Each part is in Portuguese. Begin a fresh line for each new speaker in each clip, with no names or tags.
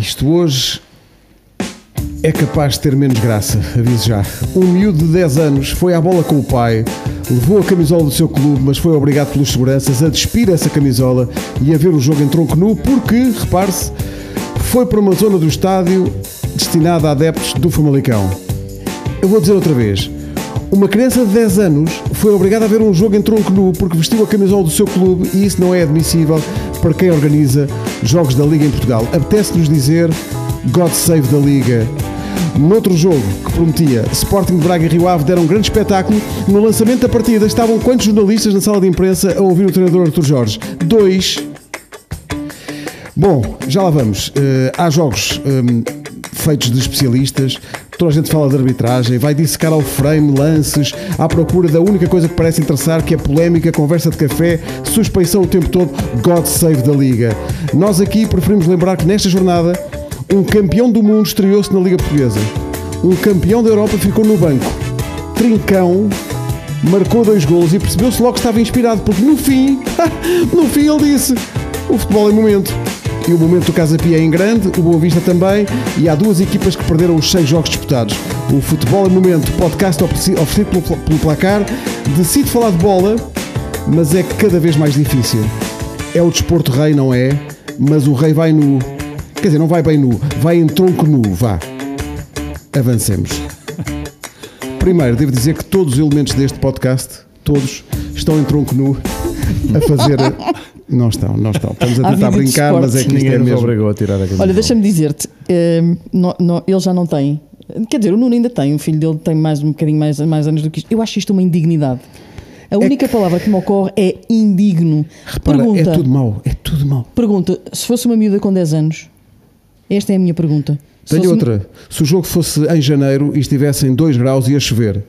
Isto hoje é capaz de ter menos graça, aviso já. Um miúdo de 10 anos foi à bola com o pai, levou a camisola do seu clube, mas foi obrigado pelos seguranças a despir essa camisola e a ver o jogo em tronco nu, porque, repare-se, foi para uma zona do estádio destinada a adeptos do Famalicão. Eu vou dizer outra vez. Uma criança de 10 anos foi obrigada a ver um jogo em tronco nu porque vestiu a camisola do seu clube e isso não é admissível para quem organiza jogos da Liga em Portugal. Apetece-nos dizer God Save da Liga. Noutro jogo que prometia, Sporting de Braga e Rio Ave deram um grande espetáculo. No lançamento da partida estavam quantos jornalistas na sala de imprensa a ouvir o treinador Artur Jorge? Dois. Bom, já lá vamos. Eh, há jogos hum, feitos de especialistas, toda a gente fala de arbitragem, vai dissecar ao frame lances, à procura da única coisa que parece interessar, que é polémica, conversa de café, suspeição o tempo todo, God save da Liga. Nós aqui preferimos lembrar que nesta jornada, um campeão do mundo estreou-se na Liga Portuguesa, um campeão da Europa ficou no banco, Trincão marcou dois golos e percebeu-se logo que estava inspirado, porque no fim, no fim ele disse: o futebol é momento. E o momento do Casa Pia é em grande, o Boa Vista também, e há duas equipas que perderam os seis jogos disputados. O Futebol é Momento, podcast ofereci- oferecido pelo, pla- pelo placar, decide falar de bola, mas é cada vez mais difícil. É o desporto rei, não é? Mas o rei vai nu. Quer dizer, não vai bem nu, vai em tronco nu, vá. Avancemos. Primeiro, devo dizer que todos os elementos deste podcast, todos, estão em tronco nu a fazer. Não estão, não estão. Estamos a
Há
tentar
vídeo de
brincar, mas é
esportes.
que isto
Ninguém
é
nos
mesmo.
obrigou a tirar a camisola.
Olha, deixa-me dizer-te, hum, nó- nó- ele já não tem. Quer dizer, o Nuno ainda tem, o filho dele tem mais um bocadinho mais, mais anos do que isto. Eu acho isto uma indignidade. A única palavra que me ocorre é indigno.
Para, é
pergunta,
tudo mau, é tudo mau.
pergunta, se fosse uma miúda com 10 anos, esta é a minha pergunta. Se
Tenho
fosse-
outra. Se o jogo fosse em janeiro e estivesse em 2 graus e a chover,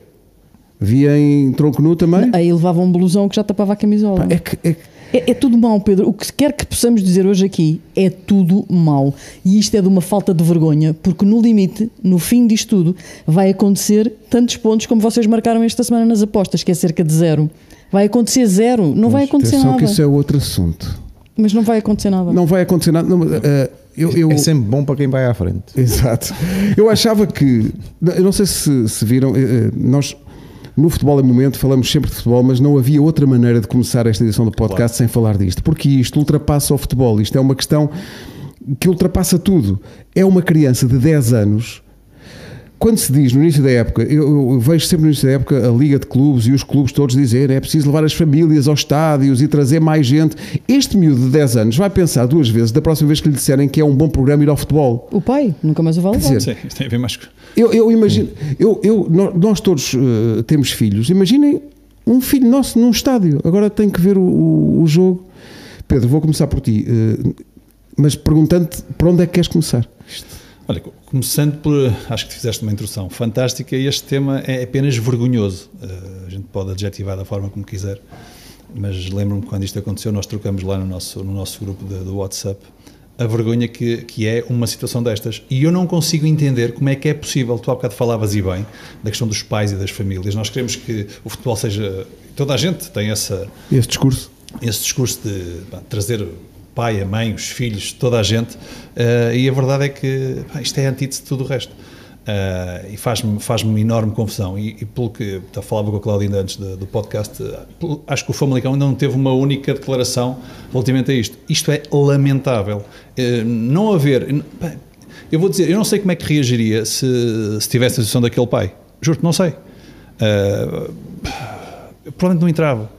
via em tronco nu também?
Aí levava um blusão que já tapava a camisola.
É que, é que-
É, é tudo mau, Pedro. O que quer que possamos dizer hoje aqui é tudo mau. E isto é de uma falta de vergonha, porque no limite, no fim disto tudo, vai acontecer tantos pontos como vocês marcaram esta semana nas apostas, que é cerca de zero. Vai acontecer zero, não vai acontecer
atenção
nada.
que isso é outro assunto.
Mas não vai acontecer nada.
Não vai acontecer nada. Não, mas, ah, eu, eu-
É sempre bom para quem vai à frente.
Exato. Eu achava que. Eu não sei se, se viram. eh, eh, Nós, no Futebol é Momento, falamos sempre de futebol, mas não havia outra maneira de começar esta edição do podcast sem falar disto. Porque isto ultrapassa o futebol. Isto é uma questão que ultrapassa tudo. É uma criança de 10 anos. Quando se diz no início da época, eu, eu- eu vejo sempre no início da época a Liga de Clubes e os clubes todos dizer é preciso levar as famílias aos estádios e trazer mais gente. Este miúdo de 10 anos vai pensar duas vezes da próxima vez que lhe disserem que é um bom programa ir ao futebol.
O pai nunca mais o vai levar.
dizer,
Sim, isto tem a ver mais com.
Eu, eu imagino, eu, eu- nó- nós todos eh, temos filhos. Imaginem um filho nosso num estádio. Agora tem que ver o, o- o jogo. Pedro, vou começar por ti, eh, mas perguntando-te por onde é que queres começar.
Olha, co- começando por. Acho que fizeste uma introdução fantástica. Este tema é apenas vergonhoso. Eh, a gente pode adjetivar da forma como quiser, mas lembro-me quando isto aconteceu, nós trocamos lá no nosso, no nosso grupo de- do WhatsApp a vergonha que, que é uma situação destas. E eu não consigo entender como é que é possível. Tu há bocado falavas e bem da questão dos pais e das famílias. Nós queremos que o futebol seja. Toda a gente tem essa,
Este discurso.
esse discurso de pá, trazer o pai, a mãe, os filhos, toda a gente, eh, e a verdade é que pá, isto é antítese de tudo o resto. Eh, e faz-me faz enorme confusão. E, e pelo que eu falava com a Cláudia ainda antes de- do podcast, eh, pelo- acho que o Famalicão ainda não teve uma única declaração relativamente a isto. Isto é lamentável. Eh, não haver. n- pá, Eu vou dizer, eu não sei como é que reagiria se, se tivesse a situação daquele pai. Juro-te, não sei. Eh, eu provavelmente não entrava.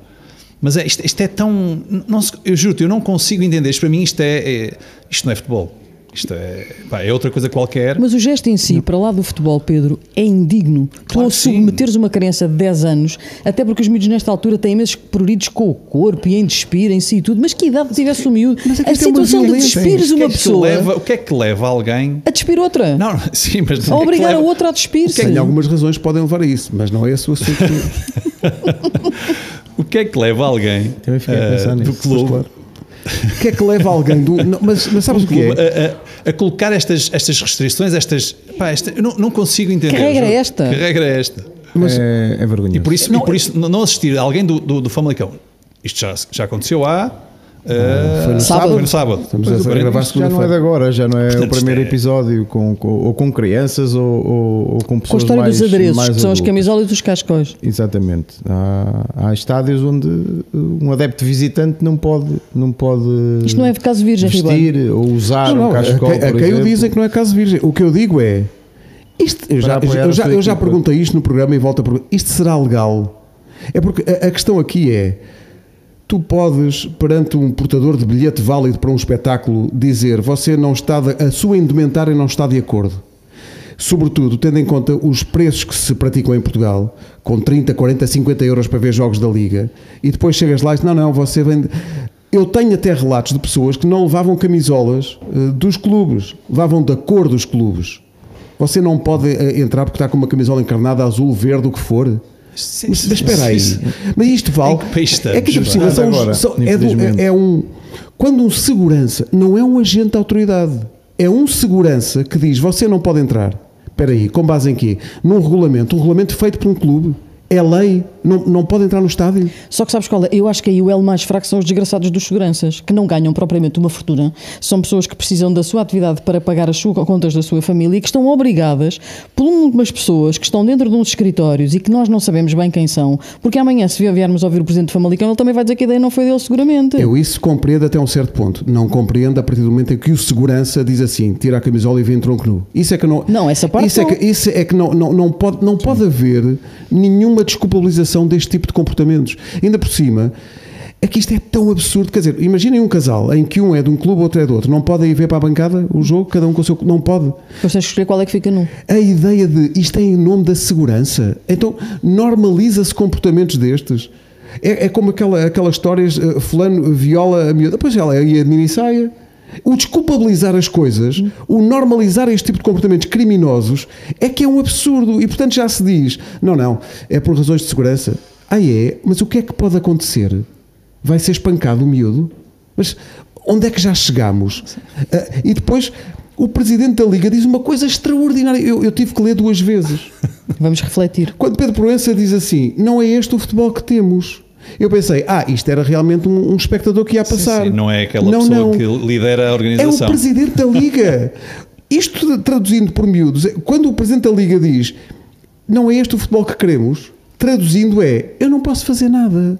Mas é, isto, isto é tão. Não, se- eu juro-te, eu não consigo entender. Isto para mim, isto é. é- isto não é futebol. Isto é. pá, é outra coisa qualquer.
Mas o gesto em si, para lá do futebol, Pedro, é indigno. tu
Claro
a
que sim.
submeteres uma criança de 10 anos, até porque os miúdos nesta altura têm imensos pruridos com o corpo e em despir em si e tudo, mas que idade tivesse o miúdo?
Mas é que
a
isto é uma
situação de
violência.
despires
o que
uma
é que
pessoa
Leva, o que é que leva alguém.
a despir outra,
Não, não, sim, mas.
a
o que é que
obrigar
leva- é
a outra a despir-se.
Tenho algumas razões que podem levar a isso, mas não é esse o assunto.
O que é que leva alguém.
Também fiquei a
eh,
pensar nisso,
Do clube.
claro. o que é que leva alguém do. não, mas, mas sabes o que é?
A, a- a colocar estas, estas restrições, estas. Pá, esta, eu não, não consigo entender.
Que regra é
juro.
esta?
Que regra é esta?
é, é vergonhoso.
E por isso, e por isso n- não assistir a alguém do, do, do Famalicão. Isto já, já aconteceu há Ah,
foi no
sábado.
Foi no sábado.
Estamos
Pois
a
o Breno
gravar
disse-
Já não é de agora, já não é
Portanto,
o primeiro
isto é-
episódio com, com- ou com crianças ou, ou- ou com
Com a
pessoas
história
mais
dos adereços,
mais
que são as
adultas.
camisolas e os cascóis.
Exatamente. Há, há estádios onde um adepto visitante não pode, não pode
Isto não é de caso virgem, Ribeiro.
vestir ou usar
Não,
um
não, a,
cascol,
quem- a
por
quem eu
exemplo.
dizem que não é caso virgem. O que eu digo é. Isto, eu, já,
apoiar
eu
a
já-
sua
eu já
equipa.
perguntei isto no programa e volto a perguntar. Isto será legal? É porque a, a questão aqui é. Tu podes, perante um portador de bilhete válido para um espetáculo, dizer você não está de- a sua indumentária não está de acordo. Sobretudo, tendo em conta os preços que se praticam em Portugal, com 30, 40, 50 euros para ver jogos da Liga, e depois chegas lá e dizes, não, não, você vem... de-" Eu tenho até relatos de pessoas que não levavam camisolas eh, dos clubes, levavam da cor dos clubes. Você não pode eh, entrar porque está com uma camisola encarnada, azul, verde, o que for.
Sim,
Mas,
sim,
mas espera aí,
sim, sim.
mas isto vale.
Em que país estamos?
é que ainda por cima
Nada
são os-
agora,
são- é, do-
infelizmente.
é- é um. Quando um segurança não é um agente da autoridade, é um segurança que diz você não pode entrar. Espera aí, com base em quê? Num regulamento, um regulamento feito por um clube. É lei, não, não pode entrar no estádio.
Só que sabes qual é? Eu acho que aí o L mais fraco são os desgraçados dos seguranças, que não ganham propriamente uma fortuna. São pessoas que precisam da sua atividade para pagar as suas contas da sua família e que estão obrigadas por umas pessoas que estão dentro de uns escritórios e que nós não sabemos bem quem são, porque amanhã, se viermos ouvir o Presidente de Famalicão, ele também vai dizer que a ideia não foi dele, seguramente.
Eu isso compreendo até um certo ponto. Não compreendo a partir do momento em que o segurança diz assim: tira a camisola e vem tronco nu. Isso é que não.
Não, essa parte
Isso é
não.
que, isso é que não, não, não pode, não pode haver nenhuma desculpabilização deste tipo de comportamentos. Ainda por cima. É que isto é tão absurdo, quer dizer, imaginem um casal em que um é de um clube, outro é do outro, não podem ir ver para a bancada o jogo, cada um com o seu. Não pode.
Depois tens que escolher qual é que fica nu.
A ideia de isto é em nome da segurança. Então normaliza-se comportamentos destes. É, é como aquela, aquelas histórias, eh, fulano viola a miúda, depois ela ia de minissaia. O desculpabilizar as coisas, o normalizar este tipo de comportamentos criminosos, é que é um absurdo. E portanto já se diz, não, não, é por razões de segurança. Ah é? Mas o que é que pode acontecer? Vai ser espancado o miúdo? Mas onde é que já chegamos? Ah, e depois o presidente da Liga diz uma coisa extraordinária. Eu, eu tive que ler duas vezes.
Vamos refletir.
Quando Pedro Proença diz assim: não é este o futebol que temos. Eu pensei, ah, isto era realmente um, um espectador que ia
Sim,
passar.
sim, não é aquela
Não,
pessoa
não.
que lidera a
É o
organização.
presidente da Liga. Isto de- traduzindo por miúdos, é- quando o presidente da Liga diz não é este o futebol que queremos, traduzindo é eu não posso fazer nada.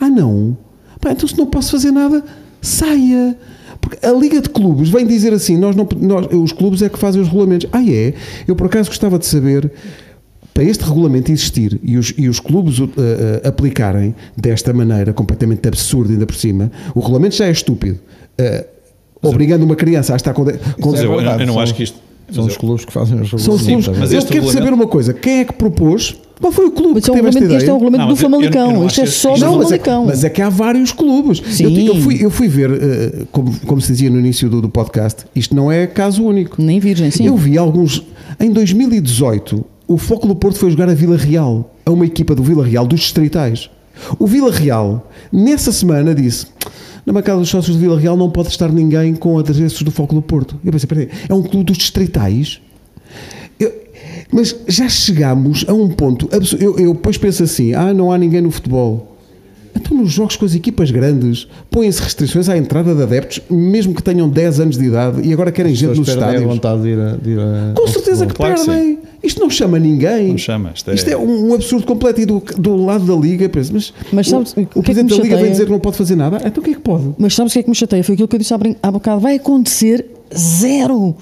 Ah, não. Pá, então se não posso fazer nada, saia. Porque a Liga de Clubes vem dizer assim: nós não, nós, os clubes é que fazem os regulamentos. Ah, é? Eu por acaso gostava de saber. Para este regulamento existir e os, e os clubes o- a- a- aplicarem desta maneira completamente absurda, ainda por cima, o regulamento já é estúpido. Ah, obrigando uma criança a estar com. de- com
Mas eu- eu- eu
verdade,
não
são-
acho que isto-
São
mas
os
eu-
clubes que fazem os
são os clubes.
regulamentos.
mas
eu
este
quero
regulamento-
saber uma coisa: quem é que propôs? Qual foi o clube
Mas
que
é um
teve esta
regulamento,
ideia?
isto é um regulamento
Não,
do
mas eu- eu- eu não
Famalicão. Isto é
acho
só
isto-
do
Não, mas é,
Famalicão.
mas é que há vários clubes. Eu,
Sim.
ti- eu fui, eu fui ver, eh, como, como se dizia no início do, do podcast, isto não é caso único.
Nem virgem, sim.
Eu vi alguns. Em 2018, o Foco do Porto foi jogar a Vila Real, a uma equipa do Vila Real, dos distritais. O Vila Real, nessa semana, disse. Na bancada dos sócios do Vila Real não pode estar ninguém com adereços do Foco do Porto. Eu pensei, peraí, é um clube dos distritais? Eu- mas já chegámos a um ponto. absu- Eu, eu depois penso assim: ah, não há ninguém no futebol. Então, nos jogos com as equipas grandes, põem-se restrições à entrada de adeptos, mesmo que tenham 10 anos de idade e agora querem gente
As
nos
pessoas perdem a
estádios.
vontade de ir a- de ir a-
Com
ao
certeza que
futebol.
Claro que
perdem. Isto não chama ninguém.
Não chama, isto é-
um, um absurdo completo. E do, do lado da Liga, penso, mas,
Mas sabes,
o,
o que é que
o presidente
me
da Liga
chateia?
vem dizer que não pode fazer nada. Então, o que é que pode?
Mas sabes o que é que me chateia? Foi aquilo que eu disse há, brin- há bocado. Vai acontecer zero.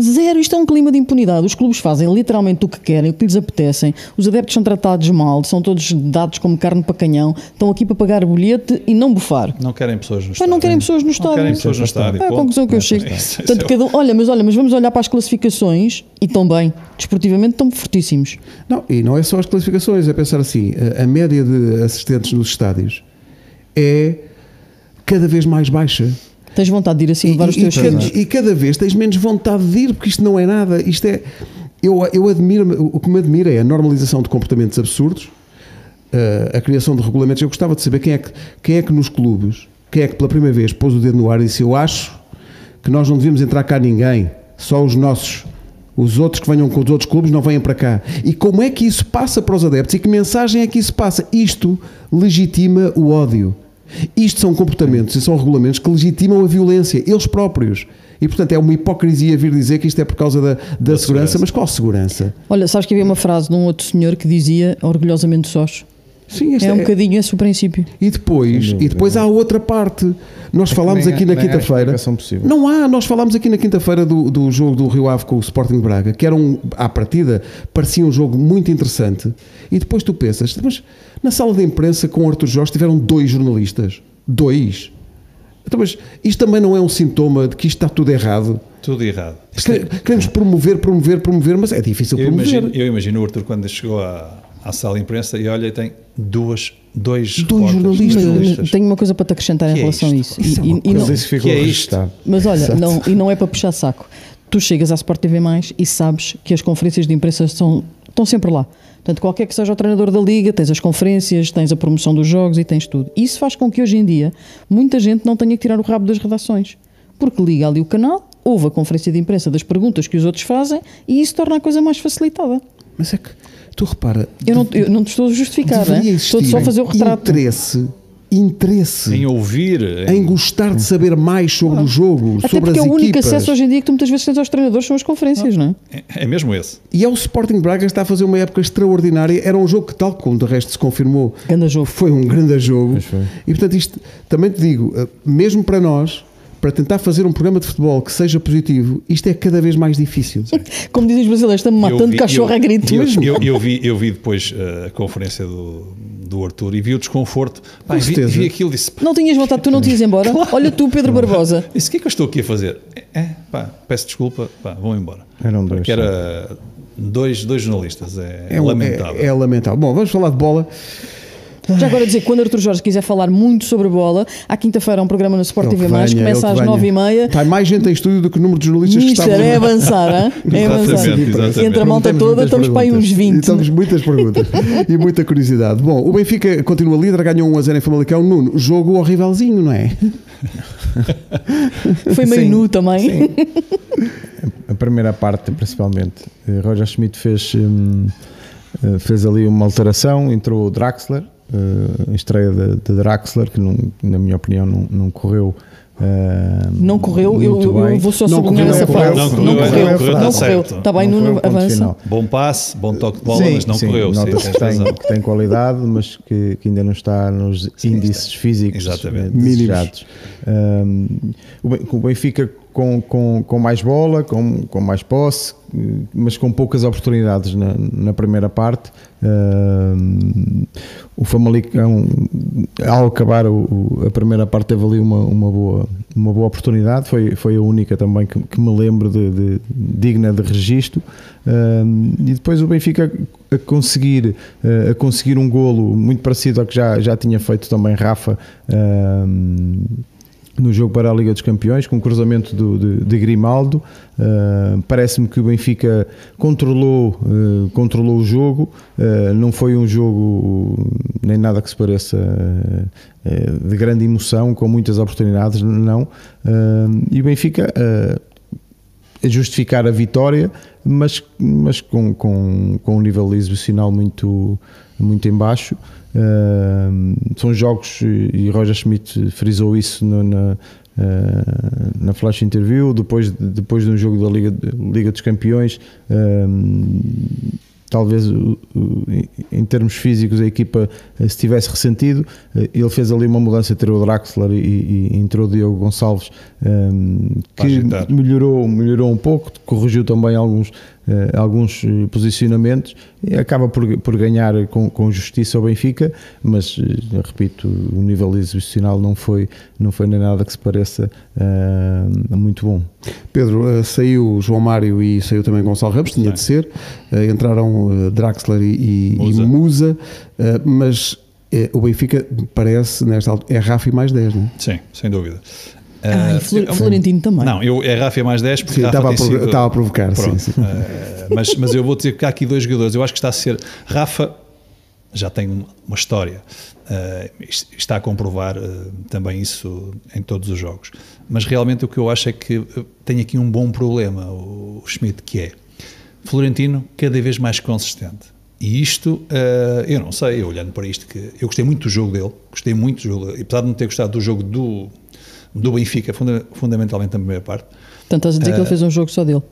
Zero. Isto é um clima de impunidade. Os clubes fazem literalmente o que querem, o que lhes apetecem. Os adeptos são tratados mal, são todos dados como carne para canhão. Estão aqui para pagar bilhete e não bufar.
Não querem pessoas no
Mas
estádio.
não querem pessoas no
Não
estádio.
querem pessoas no estádio.
É a
ponto.
conclusão que eu chego.
Isso- isso
Portanto,
é-
cada um- olha, mas olha, mas vamos olhar para as classificações e estão bem. Desportivamente estão fortíssimos.
Não, e não é só as classificações, é pensar assim: a, a média de assistentes nos estádios é cada vez mais baixa.
Tens vontade de ir assim levar os
e, e
teus
cada,
filhos.
e cada vez tens menos vontade de ir, porque isto não é nada. Isto é. Eu, eu admiro, o que me admira é a normalização de comportamentos absurdos, eh, a criação de regulamentos. Eu gostava de saber quem é, que, quem é que nos clubes, quem é que pela primeira vez pôs o dedo no ar e disse: Eu acho que nós não devíamos entrar cá ninguém, só os nossos. Os outros que venham com os outros clubes não venham para cá. E como é que isso passa para os adeptos? E que mensagem é que isso passa? Isto legitima o ódio. Isto são comportamentos e são regulamentos que legitimam a violência, eles próprios. E, portanto, é uma hipocrisia vir dizer que isto é por causa da, da, segurança.
segurança.
Mas qual segurança?
Olha, sabes que havia uma frase de um outro senhor que dizia orgulhosamente sós.
Sim, esta
É um bocadinho esse o princípio.
E depois, e depois há outra parte. Nós falámos
é? nem- é-
aqui na
nem há
quinta-feira.
explicação possível.
Não há, nós falámos aqui na quinta-feira do, do jogo do Rio Ave com o Sporting de Braga, que era um, à partida, parecia um jogo muito interessante. E depois tu pensas, mas na sala de imprensa com o Arthur Jorge tiveram dois jornalistas. Dois. Então, mas isto também não é um sintoma de que isto está tudo errado.
Tudo errado.
Quere- Queremos promover, promover, promover, mas é difícil
Eu
promover.
imagino, eu imagino o Arthur quando chegou à, à sala de imprensa e olha, e tem duas, dois, repórteres,
jornalistas.
dois
Mas,
jornalistas.
Tenho uma coisa para te acrescentar em
Que é
relação
isto?
a isso. E-
Isso é uma
e- e não-
Mas isso ficou
Que é isto?
registado.
Mas olha,
Exato.
não, e não é para puxar saco. Tu chegas à Sport TV e sabes que as conferências de imprensa são, estão sempre lá. Portanto, qualquer que seja o treinador da liga, tens as conferências, tens a promoção dos jogos e tens tudo. Isso faz com que hoje em dia muita gente não tenha que tirar o rabo das redações. Porque liga ali o canal, ouve a conferência de imprensa das perguntas que os outros fazem e isso torna a coisa mais facilitada.
Mas é que, tu repara,
Eu não, eu não te estou a justificar, né?
deveria
estou
existir
só a fazer o retrato.
interesse, interesse
Em ouvir,
em gostar de saber mais sobre o jogo,
Até
sobre as
porque é o único
equipas.
acesso hoje em dia que tu muitas vezes tens aos treinadores são as conferências, não é?
é- é mesmo esse.
E é o Sporting Braga que está a fazer uma época extraordinária. Era um jogo que, tal como de resto se confirmou,
Ganda jogo.
foi um grande jogo.
Pois foi.
E portanto, isto também te digo, eh, mesmo para nós, para tentar fazer um programa de futebol que seja positivo, isto é cada vez mais difícil.
Como dizem os brasileiros, estamos
Eu
matando
vi-
cachorro é
eu-
a grito.
Eu, eu, eu vi, eu vi depois eh, a conferência do, do Arthur e vi o desconforto. Pá,
Com
vi,
certeza.
vi aquilo e disse: pá,
Não tinhas vontade, tu não te ias embora. Olha tu, Pedro Barbosa.
isso, o que é que eu estou aqui a fazer? É, é, pá, peço desculpa, pá, vão embora.
Eram dois,
Porque era dois, dois jornalistas, é,
um-
lamentável.
É, é lamentável. Bom, vamos falar de bola.
Já agora dizer, que quando Artur Jorge quiser falar muito sobre a bola, à quinta-feira há um programa no Sport
É o que
TV, mais,
venha, é o
começa
que
às
venha.
nove e meia.
Está mais gente em estúdio do que o número de jornalistas
Mister,
que
é
estavam.
avançar, hein? é avançar.
Exatamente, exatamente.
Entre a malta
Perguntamos
toda,
muitas
estamos para aí uns né?
perguntas.
20.
E temos muitas perguntas e muita curiosidade. Bom, o Benfica continua líder, ganhou 1 a 0 em Famalicão. Nuno, jogo horrívelzinho, não é?
Foi meio
Sim,
nu também.
A primeira parte, principalmente. Eh, Roger Schmidt fez, hum, eh, fez ali uma alteração, entrou o Draxler, eh, a estreia de, de Draxler, que não- na minha opinião não, não correu. eh,
Não correu, eu,
muito
eu
bem.
vou só
Não
sublinhar
correu,
essa
não
frase.
correu,
Não
não correu,
correu,
não correu,
não
tá
correu.
certo.
Está bem,
Não correu,
Nuno,
ponto
avança.
final.
Bom passe, bom toque de bola,
Sim,
mas não
sim,
correu. Sim,
Nota-se
tens
que tem,
razão.
que tem qualidade, mas que, que ainda não está nos índices físicos
Exatamente.
eh, desejados. Um, o Ben- o Benfica com, com, com mais bola, com, com mais posse, eh, mas com poucas oportunidades na, na primeira parte. Um, o Famalicão, é um, ao acabar o- o- a primeira parte, teve ali uma, uma, boa, uma boa oportunidade. Foi, foi a única também que, que me lembro de, de- digna de registro. Um, e depois o Benfica a conseguir, eh, a conseguir um golo muito parecido ao que já, já tinha feito também Rafa um, no jogo para a Liga dos Campeões, com o cruzamento do, de, de Grimaldo. Uh, Parece-me que o Benfica controlou, uh, controlou o jogo. Uh, não foi um jogo nem nada que se pareça uh, uh, de grande emoção, com muitas oportunidades, não. Uh, E o Benfica. uh, a justificar a vitória, mas, mas com, com, com um nível exibicional muito, muito em baixo. Ahm, são jogos, e e Roger Schmidt frisou isso no- na, ah, na flash interview, depois, depois de um jogo da Liga, Liga dos Campeões, ahm, talvez o- o- em- em termos físicos a equipa eh, se tivesse ressentido Eh, ele fez ali uma mudança tirou o Draxler e, e- e entrou o Diogo Gonçalves ehm,
Para agitar.
que melhorou, melhorou um pouco corrigiu também alguns, eh, alguns eh, posicionamentos e acaba por, por ganhar com, com justiça o Benfica mas eh, repito o nível exibicional não foi, não foi nem nada que se pareça ehm, muito bom
Pedro, eh, saiu João Mário e saiu também Gonçalo Ramos, tinha de ser. Eh, Entraram eh, Draxler e, e- e Musa,
Musa.
eh, mas eh, o Benfica parece, nesta altura, é Rafa e mais 10, não é?
Sim, sem dúvida.
Ai,
Ah,
Flor-
sim,
Florentino também.
Não, eu, é Rafa é mais 10 porque
Sim,
Rafa
estava a
tem
provo-
sido-
estava a provocar, sim,
Pronto,
sim.
eh, mas, mas eu vou dizer que há aqui dois jogadores. Eu acho que está a ser. Rafa já tem uma- uma história. eh, isto- está a comprovar eh, também isso em todos os jogos. Mas realmente o que eu acho é que eh, tem aqui um bom problema, o, o Schmidt, que é Florentino cada vez mais consistente. E isto, eh, eu não sei, eu olhando para isto, que eu gostei muito do jogo dele, gostei muito do jogo dele, e apesar de não ter gostado do jogo do, do Benfica, funda- fundamentalmente na primeira parte,
Portanto, estás a
Eh,
dizer que ele fez um jogo só dele.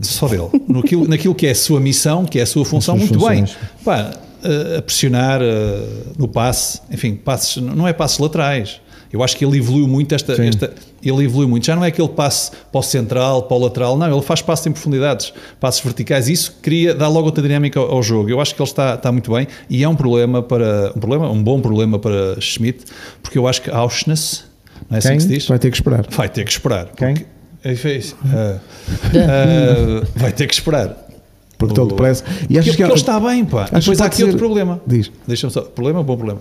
só dele, naquilo, naquilo que é a sua missão, que é a sua função,
suas
muito
funções.
bem. Pá, eh, a pressionar eh, no passe, enfim, passes, n- não é passes laterais. Eu acho que ele evoluiu muito esta,
Sim.
esta- ele evoluiu muito. Já não é aquele passe para o central, para o lateral, não, ele faz passos em profundidades, passos verticais, isso cria, dá logo outra dinâmica ao, ao jogo. Eu acho que ele está, está muito bem e é um problema para, um problema, um bom problema para Schmidt, porque eu acho que Auschwitz, não é assim
Quem?
que se diz?
Vai ter que esperar.
Vai ter que esperar.
Quem?
porque- É difícil. Ah, ah, vai ter que esperar.
Porque tão depressa. E
Porque,
achas que
é porque ele está bem, pá. E
achas que
depois há
pode
aqui outro
ser-
problema.
Diz.
Deixa-me só. Problema, bom problema.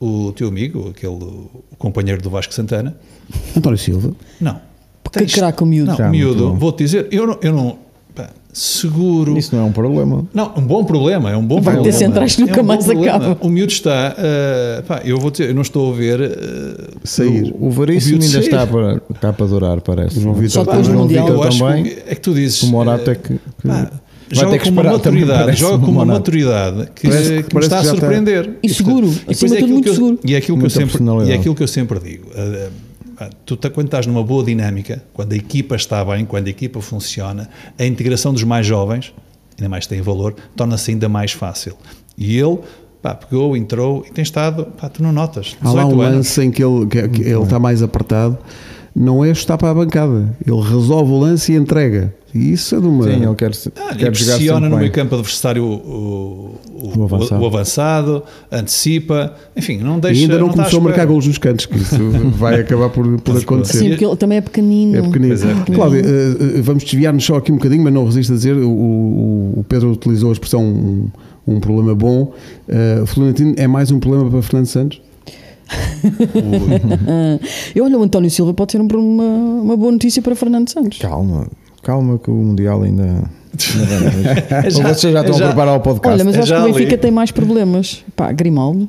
O teu amigo, aquele o companheiro do Vasco Santana,
António Silva.
não.
Que craque o miúdo.
Não,
Já,
o
muito
miúdo,
bom.
vou-te dizer, eu não, eu não pá, seguro.
Isso não é um problema.
Não, um bom problema, é um bom
Vai ter
problema.
centrais que
É um
nunca
bom
mais
problema.
acabam.
O miúdo está, ah, pá, eu vou dizer, eu não estou a ver ah,
Sair.
O, o Veríssimo
Ouviu-te
ainda
sair.
está para, está para durar, parece.
João Vítor
Só
também.
depois do
João
Mundial.
Vítor
eu acho
também.
que é que tu dizes.
O Morata
eh,
é que, que
pá,
vai ter
joga
que
com uma
esperar também,
maturidade,
parece,
joga
o
com uma
Morata.
maturidade que,
Parece que-
que me
parece que
está a
já está.
surpreender.
E seguro,
portanto,
acima de tudo,
depois é aquilo
muito
que eu-
seguro.
E é aquilo que eu
Muita
sempre, e é
personalidade.
aquilo que eu sempre digo. eh, pá, Tu, tá- quando estás numa boa dinâmica, quando a equipa está bem, quando a equipa funciona, a integração dos mais jovens, ainda mais tem valor, torna-se ainda mais fácil. E ele pá, pegou, entrou e tem estado, pá, tu não notas,
Há lá um
18 anos.
lance em que ele, que- que ele está mais apertado. Não é chutar para a bancada. Ele resolve o lance e entrega. E isso é de uma.
Sim, ele quer, se-
Ah, ele
quer jogar
pressiona
sempre
no
bem.
meio campo adversário o, o-
O avançado.
o avançado, antecipa, enfim, não
e
deixa.
ainda não,
está à
começou a marcar
espera.
golos nos cantos, que isso vai acabar por, por acontecer.
Sim, porque ele também é pequenino.
É pequenino.
Pois é, pequenino.
Cláudio, eh, eh, vamos desviar-nos só aqui um bocadinho, mas não resisto a dizer: o, o- o Pedro utilizou a expressão um, um problema bom. Eh, Florentino é mais um problema para Fernando Santos?
Eu olho Ah, o António Silva, pode ser um- uma, uma boa notícia para Fernando Santos.
Calma, calma que o Mundial ainda. ainda vai.
Já-
Vocês já estão
já-
a preparar o podcast.
Olha, mas
é
acho que
já
o Benfica
ali.
tem mais problemas. Pá, Grimaldo,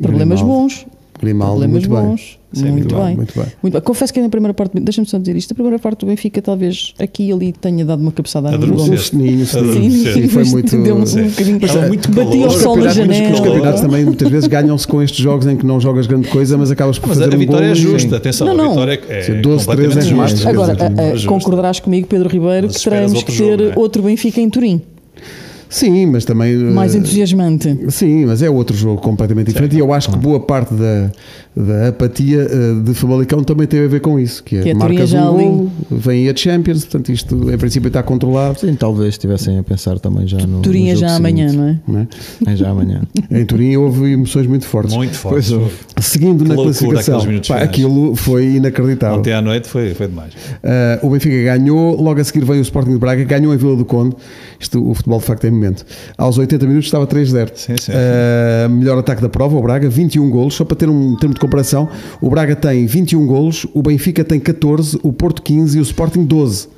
problemas
Grimaldo.
bons.
Grimaldo,
problemas
muito bem.
bons.
Sim,
muito,
muito
bem.
bem, muito bem.
Muito bem. Confesso que na primeira parte, deixa-me só dizer isto, a primeira parte do Benfica talvez aqui e ali tenha dado uma cabeçada a
Adormecer.
Um sininho, um sininho.
Adormecer.
Sim, foi
mas
muito.
Deu-me
Sim.
um bocadinho
Estava é muito
Bati
calor.
ao
Os
sol na
campeonatos, os
janela.
campeonatos também muitas vezes ganham-se com estes jogos em que não jogas grande coisa, mas acabas por
Mas a,
fazer
a
um
vitória
gol
é
e-
justa, atenção,
Não, não.
a vitória é,
Sim,
é
12, 13
completamente
é mais.
justa.
Agora, eh,
Justo,
a- a-
justo.
concordarás comigo, Pedro Ribeiro,
Mas
que teremos
esperas
que
outro
ter
jogo, não é?
outro Benfica em Turim,
Sim, mas também.
mais
eh,
entusiasmante.
um
Sim, mas é outro jogo completamente diferente e eu acho que boa parte da, da apatia eh, de Famalicão também teve a ver com isso, que é,
Que a Turim
marcas
já
um
ali.
golo, vem a Champions, portanto isto em princípio está controlado.
Sim, talvez estivessem a pensar também já no.
Turim é
no jogo
já amanhã, não é?
não é?
É já amanhã.
Em Turim houve emoções muito fortes.
Muito forte.
Pois houve.
Seguindo na
Que loucura
classificação,
aqueles minutos
pá,
finais.
aquilo foi inacreditável.
Ontem à noite foi, foi demais.
Ah, o Benfica ganhou, logo a seguir veio o Sporting de Braga, ganhou em Vila do Conde. Isto, o futebol de facto tem momento. Aos 80 minutos estava 3-0.
Sim, sim.
Ah, melhor ataque da prova, o Braga, 21 golos. Só para ter um termo de comparação, o Braga tem 21 golos, o Benfica tem 14, o Porto 15 e o Sporting 12.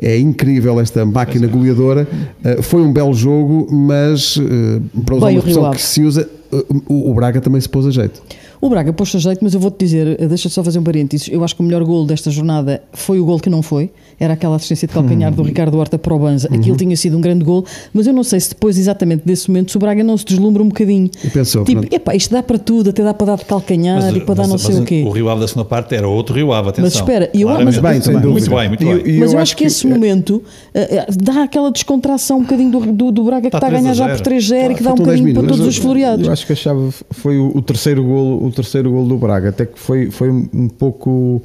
É incrível esta máquina goleadora. Ah, foi um belo jogo, mas ah, para usar
Bem,
uma
o Rio
expressão
Ave.
que se usa, ah, o, o Braga também se pôs a jeito.
O Braga pôs-se a jeito, mas eu vou-te dizer, eh, deixa-te só fazer um parênteses. Eu acho que o melhor gol desta jornada foi o gol que não foi. Era aquela assistência de
Hum.
calcanhar do Ricardo Horta para o Banza.
Uhum.
Aquilo tinha sido um grande gol, mas eu não sei se depois, exatamente desse momento, se o Braga não se deslumbra um bocadinho.
E pensou, pronto.
tipo, epá, isto dá para tudo, até dá para dar de calcanhar e para dar tipo, não sei
mas
o quê.
O Rio Ave da segunda parte era outro Rio Ave, atenção.
Mas espera, e eu-
Claramente.
mas-
Bem, sem
muito
dúvida.
bem, muito
E-
bem.
e
Mas eu acho que,
é-
esse momento eh, eh, dá aquela descontração um bocadinho do, do, do Braga que
Tá
Está
está a ganhar já
3 a 0.
por 3-0 e que dá um
faltam 10
bocadinho para
minutos.
todos os floreados.
Eu acho que achava foi o, o terceiro golo, o terceiro golo do Braga, até que foi foi um pouco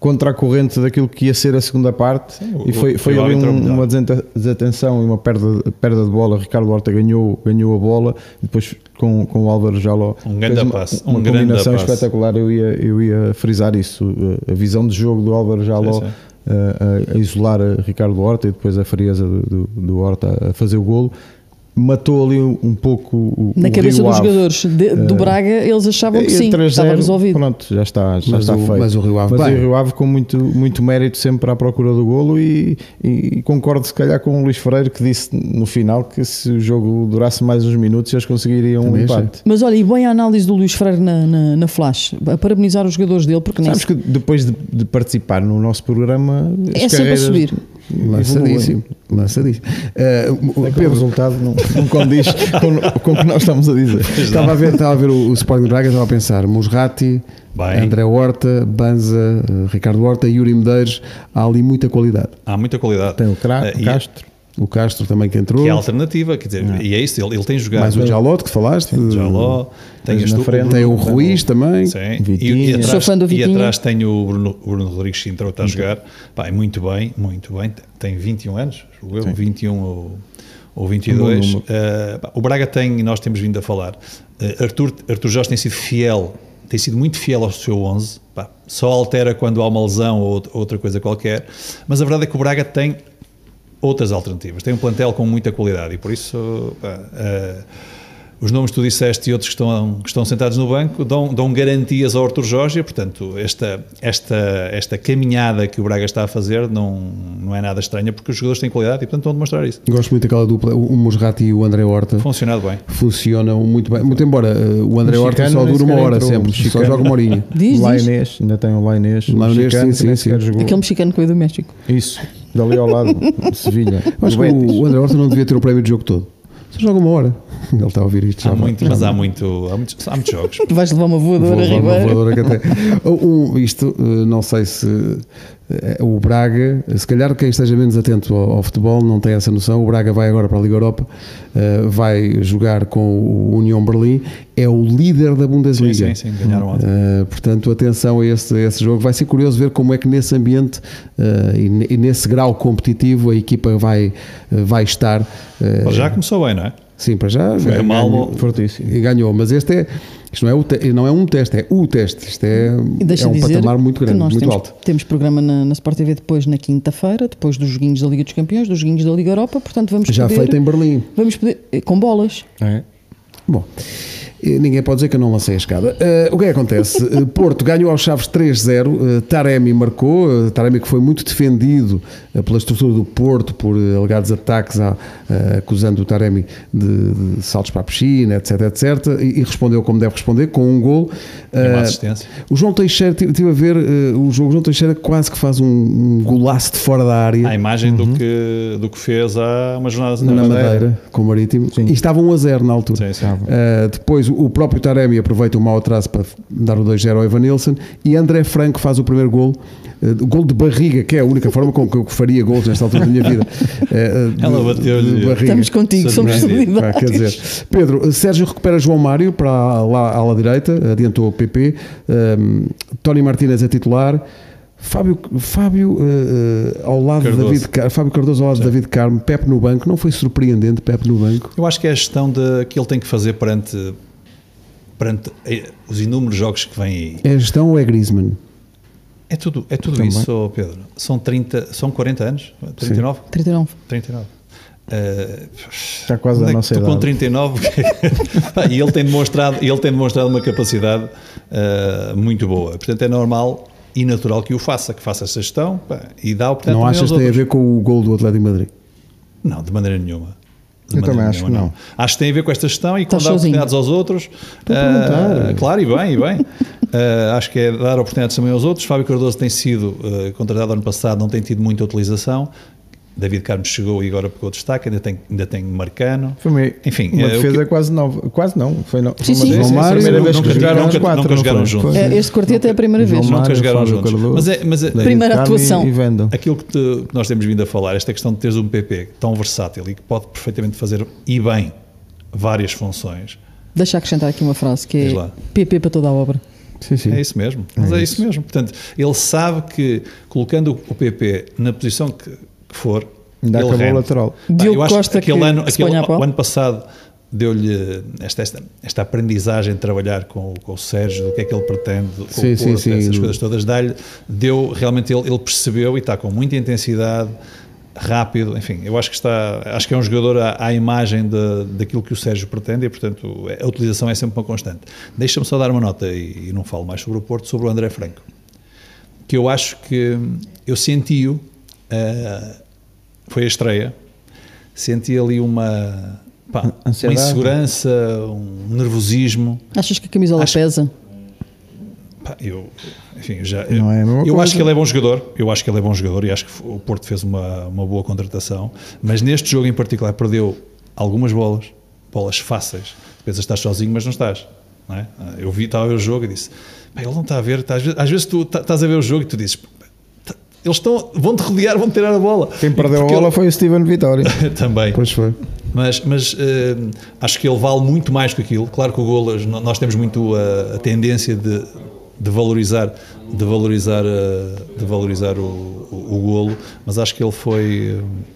contra a corrente daquilo que ia ser a segunda parte
o-
e foi
o-
foi
o
ali
árbitro
um-
melhor.
uma desenta- desatenção e uma perda perda de bola. Ricardo Horta ganhou ganhou a bola, depois com, com o Álvaro Jaló
Um grande
fez uma,
passe,
uma
um grande
combinação
passe.
espetacular. Eu ia eu ia frisar isso, eh, a visão de jogo do Álvaro Jaló. eh,
Sim, sim.
a, a- a isolar a Ricardo Horta e depois a frieza do, do- do Horta a fazer o golo. Matou ali um, um pouco o,
Na
o
cabeça
Rio
dos
Ave.
jogadores de- do
eh,
Braga, eles achavam que sim,
E 3-0,
estava resolvido.
Pronto, já está, já
Mas
está
o-
feito.
mas o Rio Ave
Mas
bem.
o Rio Ave com muito, muito mérito sempre à procura do golo e, e concordo se calhar com o Luís Freire que disse no final que se o jogo durasse mais uns minutos eles conseguiriam um
Também achei.
empate.
Mas olha, e bem a análise do Luís Freire na, na, na Flash, a parabenizar os jogadores dele, porque nem
Sabes que depois de, de participar no nosso programa as
é sempre a
carreiras-
subir.
Lançadíssimo. Lançadíssimo. Uh,
Pedro, o resultado não, não condiz com, com o que nós estamos a dizer.
Estava a ver, estava a ver o, o Sporting de Braga, estava a pensar Musrati,
Bem.
André Horta, Banza, eh, Ricardo Horta, Yuri Medeiros, há ali muita qualidade.
Há muita qualidade.
Tem o Cra-
Eh, e-
Castro.
O Castro também que entrou,
Que é a alternativa, quer dizer, e é isso, ele, ele tem jogado.
mais o Jalote que falaste,
Jaló, tem
Mas
este
na
o
frente-
Bruno-
tem o Ruiz também.
Sim.
Vitinha.
E, e,
Sou
atrás,
fã do
e
Vitinha.
atrás tem o Bruno, Bruno Rodrigues Sintra que está a jogar. Pá, é muito bem, muito bem. Tem 21 anos, jogo eu, 21 ou, ou 22.
Um bom
Ah, pá, o Braga tem, e nós temos vindo a falar, ah, Arthur, Arthur Jorge tem sido fiel, tem sido muito fiel ao seu 11. Pá, só altera quando há uma lesão ou out- outra coisa qualquer. Mas a verdade é que o Braga tem outras alternativas. Tem um plantel com muita qualidade e por isso pá, ah, os nomes que tu disseste e outros que estão, que estão sentados no banco dão, dão garantias ao Artur Jorge e, portanto, esta, esta, esta caminhada que o Braga está a fazer não, não é nada estranha porque os jogadores têm qualidade e, portanto, vão demonstrar isso.
Gosto muito daquela dupla, o Musrati e o André Horta.
Funcionado bem.
Funcionam muito bem, muito embora eh, o André
O
Horta só
mexicano nem
dura uma
sequer
hora
entrou, o
sempre, só
mexicano.
joga uma horinha.
Diz, diz.
Lainês, ainda tem o Lainês. o
Lainez, sim,
mexicano,
sim,
que nem
sim.
sequer jogou.
Aquele mexicano que veio do México.
Isso, dali ao lado, de Sevilha.
Eu Acho
do
que
Betis.
o o André Horta não devia ter o prémio de jogo todo. Só joga uma hora. Ele está a ouvir isto. já
Há
vai-
muito,
já
mas
vai.
há, muito, há, muitos, há muitos jogos.
Tu vais levar uma
Vou
voadora,
levar uma
Ribeiro.
voadora que até- O- o- isto, eh, não sei se eh, o Braga, se calhar quem esteja menos atento ao, ao futebol não tem essa noção. O Braga vai agora para a Liga Europa, eh, vai jogar com o União Berlim, é o líder da
sim,
Bundesliga.
sim, sim, ganharam ontem.
Uh, portanto, atenção a esse, a esse jogo. Vai ser curioso ver como é que nesse ambiente uh, e, ne- e nesse grau competitivo a equipa vai, uh, vai estar. uh,
Mas já começou bem, não é?
Sim, para já. eh,
Foi
ganhou-
mal.
É Fortíssimo.
Ganhou, mas este é. Isto não é, o te- não é um teste, é o teste. Isto é,
E
é
deixa
um
dizer
patamar muito grande,
que nós
muito
temos,
alto.
temos programa na, na Sport TV depois na quinta-feira, depois dos joguinhos da Liga dos Campeões, dos joguinhos da Liga Europa, portanto vamos
Já
poder,
feito em Berlim.
vamos poder eh, com bolas.
É.
Bom, eh, ninguém pode dizer que eu não lancei a escada. Eh, o que é que acontece? Eh, Porto ganhou aos Chaves 3-0. eh, Taremi marcou. eh, Taremi que foi muito defendido eh, pela estrutura do Porto por eh, alegados ataques, à- eh, acusando o Taremi de, de saltos para a piscina, etc, etc. E, e respondeu como deve responder, com um gol. Eh,
E uma assistência.
O João Teixeira, estive tive a ver eh, o jogo. O João Teixeira quase que faz um, um golaço de fora da área.
A imagem do, que, do que fez há uma jornada
uhum. Na Madeira, com o Marítimo. E estava 1 a 0 na altura.
Sim, sim.
Uh, depois o próprio Taremi aproveita o mau atraso para dar o 2-0 ao Evanilson e André Franco faz o primeiro gol, uh, gol de barriga, que é a única forma com que eu faria gols nesta altura da minha vida. Uh, uh, de-
Ela bateu-lhe.
de barriga.
Estamos contigo, somos
Surpreendido.
Pá, é? quer dizer,
solidários.
Pedro, Sérgio recupera João Mário para a lá- a ala direita, adiantou o PP, um, Tony Martínez a titular, Fábio, Fábio eh, eh, ao lado de
Cardoso.
David Car Fábio Cardoso ao lado de David Carmo, Pepe no banco, não foi surpreendente Pepe no banco.
Eu acho que é a gestão de, que ele tem que fazer perante, perante eh, os inúmeros jogos que vêm aí.
É gestão ou é Griezmann?
É tudo, é tudo
Também.
isso, oh Pedro. São 30, são 40 anos? 39?
39.
39. Eh,
Está quase
onde
a
é que
nossa
tu
idade.
com 39 Pá, e ele tem demonstrado e ele tem demonstrado uma capacidade eh, muito boa portanto é normal e natural que o faça que faça essa gestão pá, e dá oportunidade
não
também
achas
aos
que tem a
outros.
ver com o gol do Atlético de Madrid?
Não, de maneira nenhuma. De
Eu
maneira
também acho que não.
Acho que tem a ver com esta gestão e com
Estás
dar
sozinho.
oportunidades aos outros.
a perguntar.
Ah, claro, e bem, e bem. Ah, acho que é dar oportunidades também aos outros. Fábio Cardoso tem sido ah, contratado ano passado, não tem tido muita utilização. David Carmo chegou e agora pegou destaque, ainda tem, ainda tem Marcano.
Foi uma,
Enfim,
uma
é, o
defesa
que-
quase nova. Quase não, foi, no,
Sim, sim.
foi uma defesa-
João
a
Mário,
primeira vez que
nunca
jogaram
jogaram-
os quatro.
nunca
não
jogaram
foi?
juntos.
Foi.
É, Este quarteto é a primeira vez.
João
Nunca
Mário,
jogaram
Fábio
juntos.
Cardoso,
Mas é- mas é-
David
Primeira
Carmo e-
atuação.
E Wendel.
Aquilo que, te- que nós temos vindo a falar, esta questão de teres um PP tão versátil e que pode perfeitamente fazer e bem várias funções,
Deixa eu acrescentar aqui uma frase que
Diz
é
lá.
PP para toda a obra.
Sim, sim.
É isso mesmo, mas é, isso. mesmo. Portanto, ele sabe que colocando o PP na posição que, que for,
Ainda
ele
acabou
rende.
lateral.
Pá,
Diogo
eu acho
Costa
aquele
que-
ano,
que se
aquele-
ponha à pau.
o ano passado deu-lhe esta, esta, esta aprendizagem de trabalhar com, o- com o Sérgio, do que é que ele pretende, com
Sim,
o
sim,
Porto,
sim.
essas coisas todas, dá-lhe, deu, realmente ele, ele percebeu e está com muita intensidade, rápido, enfim, eu acho que está, acho que é um jogador à, à imagem de, daquilo que o Sérgio pretende e, portanto, a utilização é sempre uma constante. Deixa-me só dar uma nota, e, e não falo mais sobre o Porto, sobre o André Franco, que eu acho que, hum, eu senti-o, ah, foi a estreia, senti ali uma, pá, uma
Ansiedade.
insegurança, um nervosismo,
Achas que a camisola
Acho-
pesa?
Pá, eu, enfim, já,
Não é a mesma
eu
coisa.
acho que ele é bom jogador, eu acho que ele é bom jogador e acho que o Porto fez uma, uma boa contratação, mas neste jogo em particular perdeu algumas bolas, bolas fáceis. Pensas que estás sozinho, mas não estás. Não é? Ah, Eu vi, estava a ver o jogo e disse, "Bem, ele não está a ver, está- às vezes, às vezes tu tá- estás a ver o jogo e tu dizes, "Tá- eles estão, vão te rodear, vão te tirar a bola.
Quem perdeu a
Porque
bola
ele-
foi o Steven Vitória.
Também.
Pois foi.
Mas, mas eh, acho que ele vale muito mais que aquilo. Claro que o golo, as- nós temos muito eh, a, a tendência de, de valorizar, de valorizar, eh, de valorizar o, o, o golo, mas acho que ele foi. eh,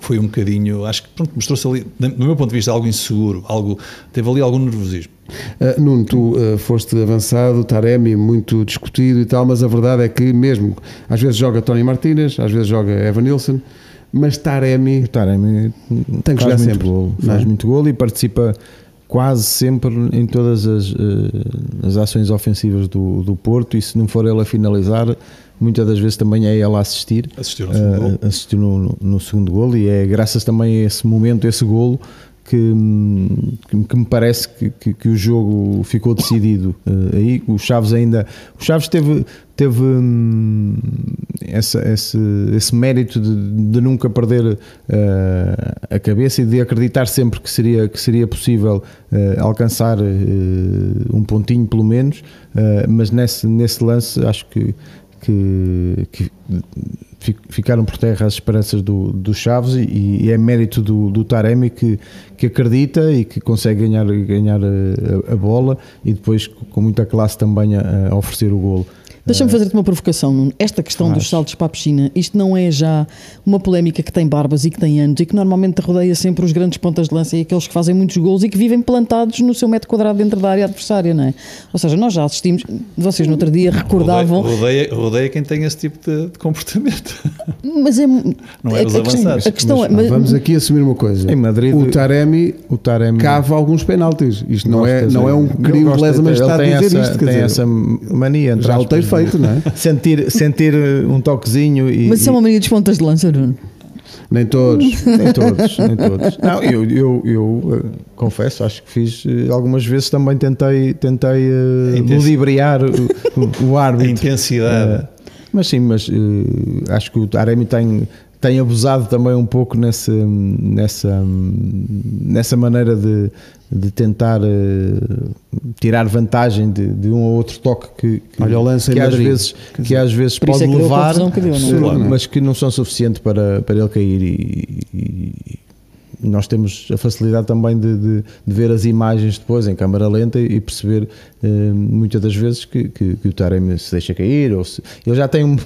Foi um bocadinho, acho que pronto, mostrou-se ali, da- do meu ponto de vista, algo inseguro, algo, teve ali algum nervosismo.
Uh, Nuno, tu uh, foste avançado, Taremi muito discutido e tal, mas a verdade é que mesmo às vezes joga Tony Martínez, às vezes joga Evan Nilsson, mas
O
Taremi
Taremi
Tem que
é faz
jogar
muito
sempre,
Golo,
não é?
faz muito golo e participa quase sempre em todas as, eh, as ações ofensivas do, do Porto. E se não for ele a finalizar, muitas das vezes também é ele a assistir.
Assistiu no segundo
Eh,
golo.
Assistiu no, no- no segundo golo e é graças também a esse momento, a esse golo. Que, hum, que me- que me parece que, que- que o jogo ficou decidido Eh, aí o Chaves ainda o Chaves teve teve hum, essa- esse, esse mérito de, de nunca perder eh, a cabeça e de acreditar sempre que seria, que seria possível eh, alcançar eh, um pontinho pelo menos, eh, mas nesse, nesse lance acho que, que, que fi- ficaram por terra as esperanças do, do Chaves e, e é mérito do, do Taremi que, que acredita e que consegue ganhar, ganhar a, a bola e depois com muita classe também a, a oferecer o golo.
Deixa-me fazer-te uma provocação, Nuno. Esta questão dos saltos para a piscina, isto não é já uma polémica que tem barbas e que tem anos e que normalmente rodeia sempre os grandes pontas de lança e aqueles que fazem muitos gols e que vivem plantados no seu metro quadrado dentro da área adversária, não é? Ou seja, nós já assistimos, vocês no outro dia recordavam,
Rodeia, rodeia, rodeia quem tem esse tipo de, de comportamento.
mas é.
Não
a,
é os
a questão,
avançados,
a questão
mas-
é. mas-
ah, vamos aqui assumir uma coisa.
Em Madrid- eh,
o Taremi
O Taremi
cava alguns penaltis. Isto não,
Gosta
é,
de-
não é um
Ele
crime de
gosta
lesa
de-
majestade
ele tem
dizer
essa,
isto. Quer
tem
dizer,
essa mania. entre
já o tem
aspas,
feito, não é?
de- Sentir, sentir eh, um toquezinho e.
Mas isso é
e-
uma mania dos pontas de lança, Nuno.
Nem todos.
Nem todos, nem todos. Não, eu, eu, eu, eh, confesso, acho que fiz eh, algumas vezes também tentei, tentei eh,
A intensi-
ludibriar o, o- o
A
árbitro. Eh,
Eh,
intensidade.
Mas sim, mas eh, acho que o Taremi tem, tem abusado também um pouco nessa, nessa, nessa maneira de, de tentar eh, tirar vantagem de, de um ou outro toque que, que,
Olha o lance em
que, às,
Madrid.
vezes, que às vezes
Por isso
pode
é que deu a
levar,
confusão que deu, não é?
eh,
Claro, não é?
mas que não são suficientes para, para ele cair. E, e- e nós temos a facilidade também de, de- de ver as imagens depois em câmara lenta e perceber eh, muitas das vezes que, que- que o Taremi se deixa cair. Ou se, ele já tem um,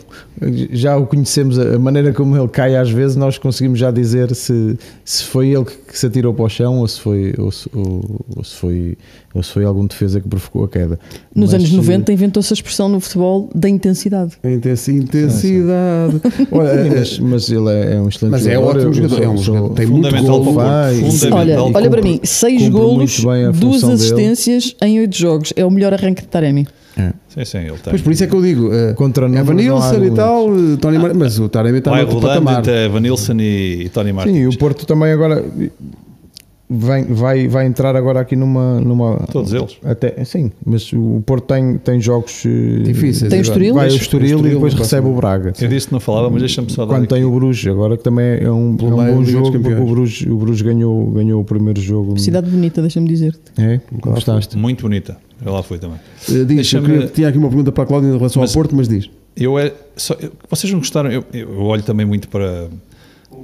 já o conhecemos, a a maneira como ele cai às vezes, nós conseguimos já dizer se, se foi ele que, que se atirou para o chão ou se foi, ou se, ou- ou se foi, ou se foi algum defesa que provocou a queda.
Nos
Mas,
anos
eh,
90 inventou-se a expressão no futebol da intensidade.
A intensi- intensidade. Olha,
Sim,
eh,
mas, mas ele é, é um excelente
Mas é
jogador.
ótimo
eu
jogador,
sou-
é um
sou-
jogador, tem muito
Fundamental
gol,
para o
vai,
Porto.
sim.
Olha,
Fundamental.
olha
para
para
cumpre-
mim, seis
cumpre
golos,
muito bem a
duas
função dele.
assistências em oito jogos. É o melhor arranque de Taremi.
Hum. Sim, sim, ele tem.
Pois por isso é que eu digo. eh,
Contra
Evan
números não há Ah,
Nilsson e
argumentos.
tal, eh, Tony Mar... mas o Taremi está
Vai
no
rodando
patamar.
entre Vanilson eh, e, e Tony
Sim,
Martins.
e o Porto também agora vem- vai, vai entrar agora aqui numa. numa
Todos eles.
Até, sim, mas o Porto tem, tem jogos eh,
Difíceis.
Tem o Estoril?
Vai ao
Tem o
Estoril e
Estoril,
depois
no
recebe
próximo.
o Braga.
Eu disse que não falava, mas deixa-me só dar
Quando
aqui-
tem o Bruges, agora que também é um, é um
meio,
bom
Liga dos
jogo.
Campeões.
O Bruges, o Bruges ganhou, ganhou o primeiro jogo.
Cidade bonita, deixa-me dizer.
É? Gostaste?
Muito bonita. Eu lá fui também.
Eh, diz, eu
Deixa-me-
queria- tinha aqui uma pergunta para a Cláudia em relação ao
Mas-
Porto, mas diz.
Eu é, só- eu- vocês não gostaram? Eu, eu olho também muito para,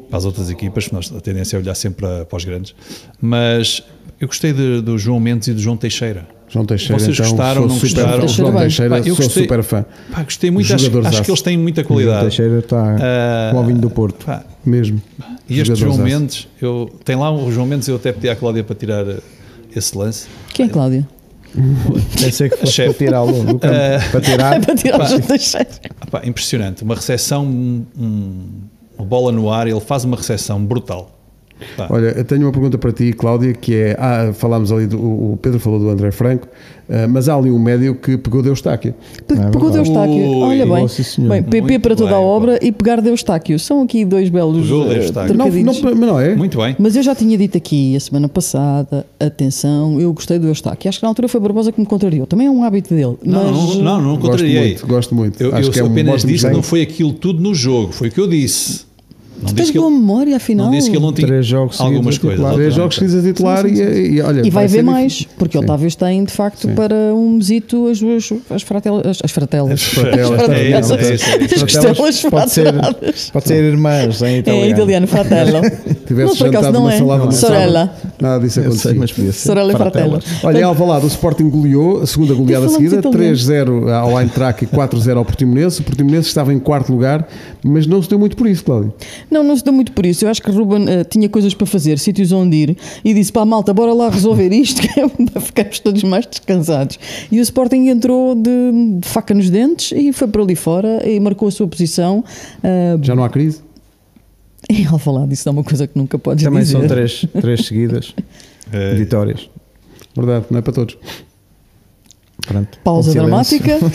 para as outras equipas, nós a tendência é olhar sempre para, para os grandes, mas eu gostei de- do João Mendes e do João Teixeira.
João Teixeira,
Vocês
então,
gostaram,
sou
não
super
gostaram?
fã. João
Teixeira
Teixeira,
bem. Pá, eu
sou
gostei-
super fã.
Pá, gostei muito, acho,
Jogadores
acho que
aço.
eles têm muita
O
qualidade.
Teixeira tá- está
Ah,
com o vinho do Porto.
Pá,
Mesmo.
e este
Jogadores
João
aço.
Mendes, eu, tem lá o João Mendes, eu até pedi à Cláudia para tirar eh, esse lance.
Quem é Cláudia?
Pensei que fosse para
Chefe.
tirá-lo do campo.
Ah.
Para tirar.
É para tirar o João Teixeira.
Ah pá, impressionante, uma recepção, um- um- uma bola no ar, ele faz uma recepção brutal. Pá.
Olha, eu tenho uma pergunta para ti, Cláudia, que é, ah, falámos ali, do, o Pedro falou do André Franco, ah, mas há ali um médio que pegou Deus táquia.
Pe-
Não é
Pegou
verdade.
Deustáquio.
Ui,
Olha bem.
nossa senhora.
bem PP
Muito
para toda a
bem,
obra e pegar Deustáquio. São aqui dois belos
Pegou
eh,
Deustáquio.
Não, não,
trocadilhos.
mas não é?
Muito bem.
Mas eu já tinha dito aqui a semana passada, atenção, eu gostei do Eustáquio. Acho que na altura foi Barbosa que me contrariou. Também é um hábito dele.
Não,
mas,
não, não, não
Gosto
contrariei.
muito, gosto muito.
Eu,
Acho
eu
que é um
apenas
ótimo
disse que
desenho.
não foi aquilo tudo no jogo, foi o que eu disse. Não
Tu
disse
tens
que ele-
boa memória, afinal.
Não disse que ele não tinha
Três jogos
algumas
seguidos
coisas.
titular.
Três
outras não.
jogos seguidos a titular e, e, olha...
E vai
ser difícil.
haver mais, porque o
Sim.
Otávio tem, de facto, para um mesito as duas as fratelas. As fratelas.
Fratellas,
É isso, é
fratellas.
isso, é
As
isso.
Fratellas
costelas
pode ser,
frateladas.
pode ser irmãs em italiano.
É italiano, fratello.
Tivesse
não, por acaso
jantado
não
uma
é.
salada no
Sorella.
sábado, Nada disso
Eu sei,
acontecia.
mas podia ser.
Sorella e fratella.
Olha, em Alvalade, o Sporting goleou, a segunda goleada
falamos
seguida,
italiano.
3-0 ao Eintracht e 4-0 ao Portimonense. O Portimonense estava em quarto lugar, mas não se deu muito por isso, Cláudio.
Não, não se deu muito por isso. Eu acho que Ruben eh, tinha coisas para fazer, sítios onde ir, e disse para a malta: bora lá resolver isto, que é para ficarmos todos mais descansados. E o Sporting entrou de, de faca nos dentes e foi para ali fora e marcou a sua posição. eh,
Já não há crise?
em Alvalade, isso é uma coisa que nunca podes
Também
dizer.
são três, três seguidas,
É.
vitórias.
Verdade, não é para todos.
Pronto. Um
Pausa
Silêncio.
dramática,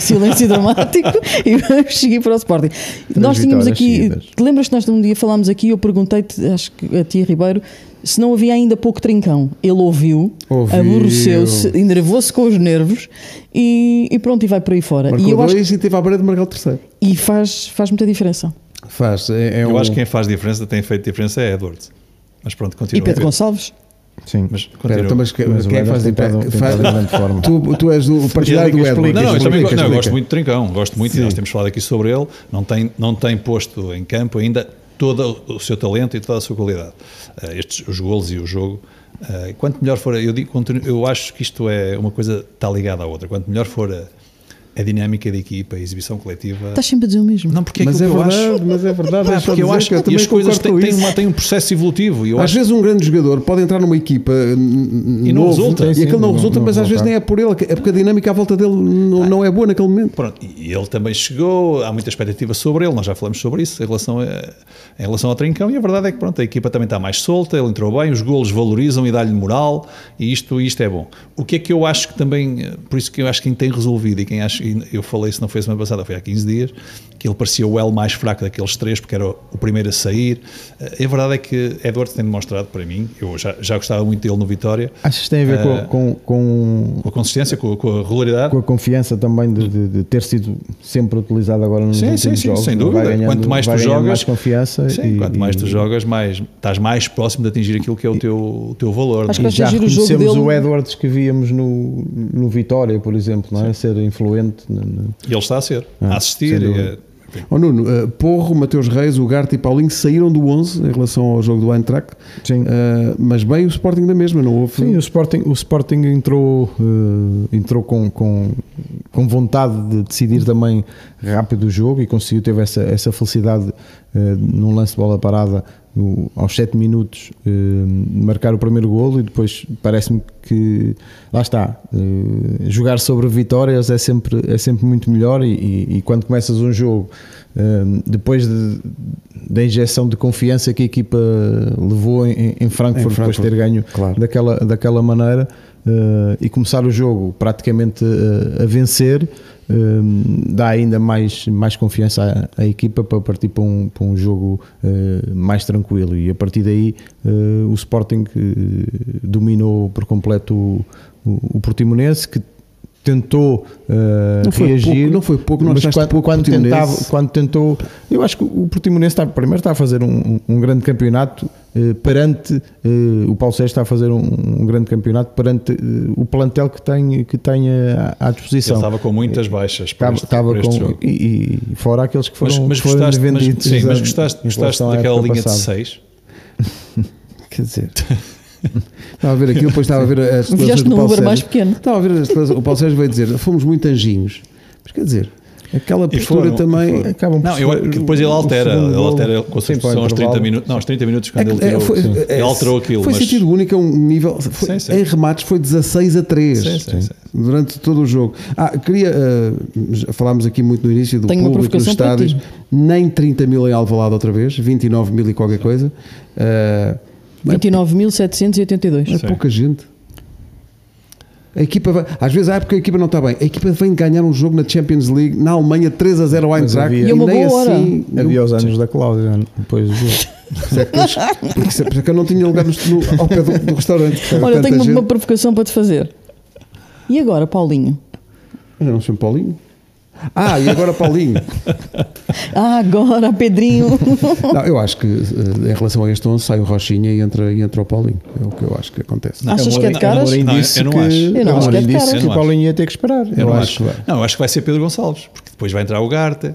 silêncio dramático e vamos seguir para o Sporting. nós tínhamos
vitórias
aqui,
seguidas.
te lembras que nós um dia falámos aqui, eu perguntei-te, acho que a tia Ribeiro, se não havia ainda pouco trincão. Ele ouviu,
Ouviu.
aborreceu-se, enervou-se com os nervos e, e pronto, e vai por aí fora.
Marcou
e eu acho
dois e teve à beira de marcar o terceiro.
e faz, faz muita diferença.
Faz. É, é
Eu
um-
acho que quem faz diferença, tem feito diferença é Edwards. Mas pronto,
E
continua.
Pedro Gonçalves?
Sim.
Mas
Espera,
continua.
então, mas, que-
Mas o
quem
Leandro
faz
tem estado- tem estado em grande forma.
Tu, tu és o partidário do
Explica,
Edward.
Não, não, eu,
Explica,
também, go- não, eu
explica.
gosto muito de Trincão, gosto muito, e nós temos falado aqui sobre ele, não tem, não tem posto em campo ainda todo o seu talento e toda a sua qualidade. Eh, estes, os golos e o jogo, eh, quanto melhor for, a- eu, digo, continu- eu acho que isto é uma coisa que está ligada à outra, quanto melhor for a, a dinâmica de equipa, a exibição coletiva...
Estás sempre a dizer o mesmo.
Não, porque é
Mas é
aquilo que eu acho...
verdade, mas é verdade.
Pá,
deixa eu
porque eu
dizer
acho
que eu
que, as
também
coisas
concordo
têm,
com
têm
isso.
uma- têm um processo evolutivo. e Eu
Às
acho
vezes um grande jogador pode entrar numa equipa eh, n-
E não
novo,
resulta.
e
Sim,
aquele
sim,
não
não-
resulta,
não
mas às
resulta.
vezes nem é por ele, é porque a dinâmica à volta dele não, não é boa naquele momento.
Pronto, e ele também chegou, há muita expectativa sobre ele, nós já falamos sobre isso em relação, a, em relação ao Trincão, e a verdade é que pronto, a equipa também está mais solta, ele entrou bem, os golos valorizam e dá-lhe moral, e isto, isto é bom. O que é que eu acho que também, eh, por isso que eu acho que quem tem resolvido, e quem acho, e eu falei isso não foi a semana passada, foi há 15 dias, que ele parecia o L mais fraco daqueles três, porque era o o primeiro a sair, Eh, a verdade é que Edwards tem demonstrado para mim, eu já, já gostava muito dele no Vitória,
Achas que tem a ver
É.
com- com- com
com a consistência, com, a- com a regularidade,
com a confiança também de, de- de ter sido sempre utilizado agora nos
Sim,
últimos
sim, sim,
jogos.
sem
não é?
dúvida.
Vai ganhando-
Quanto mais
vai
tu
ganhando
jogas-
mais confiança
Sim,
e-
quanto mais
e-
tu jogas, mais estás mais próximo de atingir aquilo que é o teu, o teu valor. não é?
Acho
e
que vais
já
agir o jogo
reconhecemos
dele.
o Edwards que víamos no, no Vitória, por exemplo, não é? ser influente. no- no-
E ele está a ser, a assistir.
Ah, sem
e
dúvida.
a-
Oh, Nuno, eh, Porro, Mateus Reis, Ugarte e Paulinho saíram do 11 em relação ao jogo do Eintracht,
Sim.
Eh, mas bem o Sporting da mesma, não houve.
Sim, o Sporting, o Sporting entrou, eh, entrou com, com, com vontade de decidir também rápido o jogo e conseguiu, teve essa, essa felicidade eh, num lance de bola parada o- aos 7 minutos eh, marcar o primeiro golo e depois parece-me que lá está, eh, jogar sobre vitórias é sempre, é sempre muito melhor e, e- e quando começas um jogo eh, depois de- da injeção de confiança que a equipa levou em, em- em Frankfurt,
Em
depois de ter
Frankfurt,
ganho
claro.
daquela, daquela maneira eh, e começar o jogo praticamente eh, a vencer eh, dá ainda mais, mais confiança à, à equipa para partir para um, para um jogo eh, mais tranquilo e a partir daí eh, o Sporting eh, dominou por completo o, o, o Portimonense que tentou eh,
Não foi
reagir
pouco, não foi pouco, não
mas
achaste
quando,
pouco
quando
Portimonense?
tentava, quando tentou. Eu acho que o Portimonense está, primeiro está a fazer um, um- um grande campeonato eh, perante eh, o Paulo Sérgio está a fazer um, um grande campeonato perante eh, o plantel que tem, que tem eh, à, à
Ele
disposição.
estava com muitas baixas para
Estava- estava
este, para
com
este jogo.
e, e fora aqueles que foram,
Mas, mas
que foram
gostaste, mas,
vendidos.
sim, mas
em-
gostaste,
em
gostaste
relação à
daquela
época
linha de
passada.
6?
Quer dizer,
Estava a ver aquilo, depois estava a ver as declarações
Vieste
do
num
Paulo
Uber
Sérgio.
mais pequeno.
Estava a ver as declarações- o Paulo Sérgio veio dizer, fomos muito anjinhos, mas quer dizer, aquela postura
foram, e
também...
foram.
acabam por
Não, eu,
ser-
que depois ele
o
altera,
segundo
ele
golo-
altera com a
Sim, para o
substituição aos 30
intervalo.
minutos, não, aos 30 minutos
É
quando
que-
ele,
é,
tirou,
foi- é,
ele alterou aquilo.
Foi
mas,
sentido único, é um nível. foi-
Sim, sim.
Em remates foi 16 a 3
Sim, sim, sim.
durante todo o jogo. Ah, queria. ah, já falámos aqui muito no início do
Tenho uma
público, dos
provocação para
estádios. Nem 30 mil em Alvalade outra vez, 29 mil e qualquer coisa. Ah,
29.782.
É pouca gente. A equipa vai- às vezes há porque a equipa não está bem. A equipa vem de ganhar um jogo na Champions League na Alemanha 3 a 0 ao Eintracht
havia-
e,
E uma
nem
boa hora.
assim.
Havia os anos da Cláudia, né? depois do jogo.
Isso é que eles- porque isso é- por isso é que eu não tinha lugar no, no- ao pé do, do restaurante. porque era
Olha, eu
tanta
tenho uma,
gente.
uma provocação para te fazer. E agora, Paulinho?
Mas eu não chamo Paulinho. Ah, e agora Paulinho.
Ah, agora, Pedrinho.
Não, eu acho que eh, em relação a este 11 sai o Rochinha e entra, e entra o Paulinho. É o que eu acho que acontece.
Não,
Achas
um
o
que é de
Mourinho-
caras?
o Mourinho
Não,
disse
eu não
que-
acho.
Eu não
o
acho que é
Mourinho
de
disse
cara.
um que o Paulinho ia ter que esperar.
Eu não acho.
que vai.
Não, eu acho que vai ser Pedro Gonçalves, porque depois vai entrar o Garte.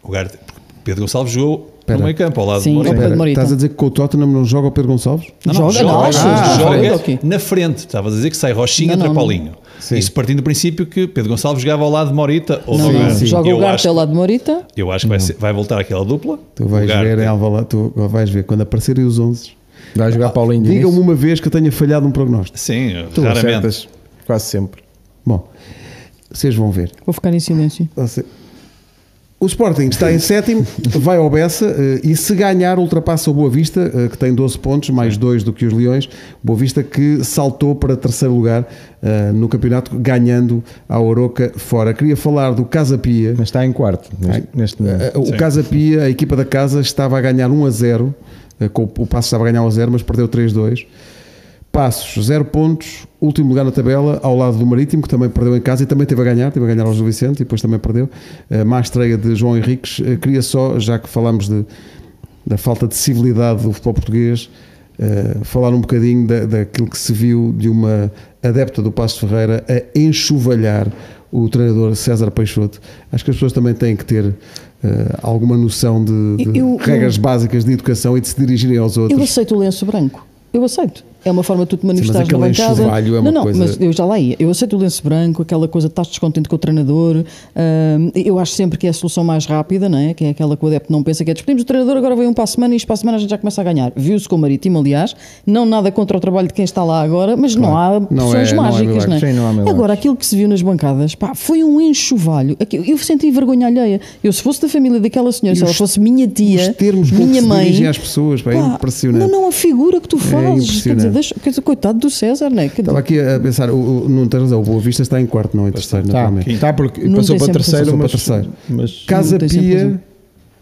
O Garte, porque Pedro Gonçalves jogou no meio campo ao lado
Sim,
do
ao
Mourinho.
pé de
Espera,
Morita.
estás a dizer que com o Tottenham não joga o Pedro Gonçalves?
Não, não,
Joga, não, achas?
joga,
Joga.
joga
Ok.
na frente. Estavas a dizer que sai Rochinha
Não,
entra
não,
Paulinho. Isso partindo do princípio que Pedro Gonçalves jogava ao lado de Morita ou
Não,
do
não.
Garte.
Joga o
Eu
Garte
acho-
ao lado de Morita.
Eu acho que vai, ser- vai voltar aquela dupla.
Tu vais
O Garte-
ver em Alvalade, tu vais ver quando aparecerem os 11.
Vai jogar Paulinho de
Digam-me
início?
uma vez que eu tenha falhado um prognóstico.
Sim,
Tu
raramente.
acertas Quase sempre.
Bom, vocês vão ver.
Vou ficar em silêncio.
Você- O Sporting está em sétimo, vai ao Bessa eh, e se ganhar ultrapassa o Boa Vista, eh, que tem 12 pontos, mais 2 do que os Leões. Boa Vista que saltou para terceiro lugar eh, no campeonato, ganhando a Oroca fora. Queria falar do Casa Pia.
Mas está em quarto neste, neste momento.
Eh, O Casa Pia, a equipa da casa, estava a ganhar 1 a 0. eh, com O Passo estava a ganhar 1 a 0, mas perdeu 3-2. Passos, 0 pontos, último lugar na tabela, ao lado do Marítimo, que também perdeu em casa e também teve a ganhar, teve a ganhar ao Gil Vicente e depois também perdeu. Eh, Má estreia de João Henriques. Eh, Queria só, já que falámos de- da falta de civilidade do futebol português, eh, falar um bocadinho da, daquilo que se viu de uma adepta do Passo Ferreira a enxovalhar o treinador César Peixoto. Acho que as pessoas também têm que ter eh, alguma noção de, de
Eu- eu-
regras básicas de educação e de se dirigirem aos outros.
Eu aceito o lenço branco. Eu aceito. É uma forma de tu te
mas
manifestares na
aquele
bancada.
enxovalho é uma
não, não,
coisa-
mas eu já lá ia. Eu aceito o lenço branco, aquela coisa de estás descontente com o treinador. hum, eu acho sempre que é a solução mais rápida, não é? Que é aquela que o adepto não pensa que é despedimos o treinador, agora vem um para a semana e isto para a semana a gente já começa a ganhar. Viu-se com o Marítimo, aliás. Não nada contra o trabalho de quem está lá agora, mas não há soluções
é- não há
mágicas,
milagres.
não é?
Sim, não há milagres.
agora, aquilo que se viu nas bancadas, pá, foi um enxovalho. Aqui- Eu senti vergonha alheia. Eu, se fosse da família daquela senhora, se ela
os-
fosse minha tia,
os termos com que
minha
se
mãe.
dirigem às pessoas, pá, é
Pá,
impressionante.
Não, não, a figura que tu fazes. quer,
impressionante.
dizer, deixa- quer dizer, coitado do César, né? Quer dizer,
Estava aqui a pensar, o, o, não tens razão, o Boa Vista está em quarto, não é em terceiro,
Está,
naturalmente.
está porque
Não
passou
tem sempre
para terceiro,
Passou para
mas,
terceiro.
mas
Casa
Não, tem sempre
Pia,
razão.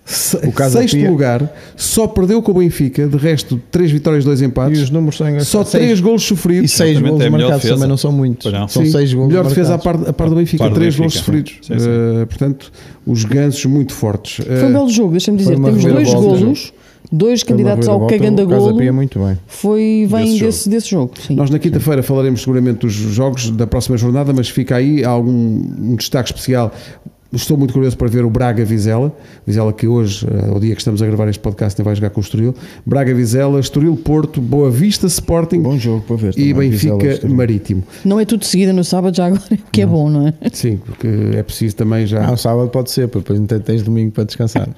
se-
O Casa
sexto
Pia-
lugar, só perdeu com o Benfica, de resto, três vitórias, dois
e
empates,
os números são engraçados.
só
Seis-
três golos
e
sofridos.
seis
Exatamente,
golos
é a melhor
marcados
defesa.
também não são muitos.
Pois não.
São
Sim,
seis golos
Melhor defesa a
marcados.
par, a par do Benfica,
A par do
três
Benfica,
golos
sim.
sofridos.
Sim, sim.
Eh, portanto, os gansos muito fortes.
foi um
Eh,
belo jogo, deixa-me dizer.
uma
Temos dois
reviravolta.
golos, dois
Foi uma
candidatos ao
reviravolta,
cagando a
o Casa
golo.
Pia é muito bem.
Foi, vem desse,
Desse jogo.
desse jogo. sim.
Nós na quinta-feira falaremos seguramente dos jogos da próxima jornada, mas fica aí algum um destaque especial. Estou muito curioso para ver o Braga Vizela. Vizela que hoje, eh, ao dia que estamos a gravar este podcast, ainda vai jogar com o Estoril. Braga Vizela, Estoril Porto, Boa Vista Sporting
Bom jogo para ver.
e
também, Vizela,
Benfica
Estoril.
Marítimo.
Não é tudo de seguida no sábado, já agora, o que é bom, não é?
Sim, porque é preciso também
Ah,
já.
o sábado pode ser, porque depois não te- tens domingo para descansar.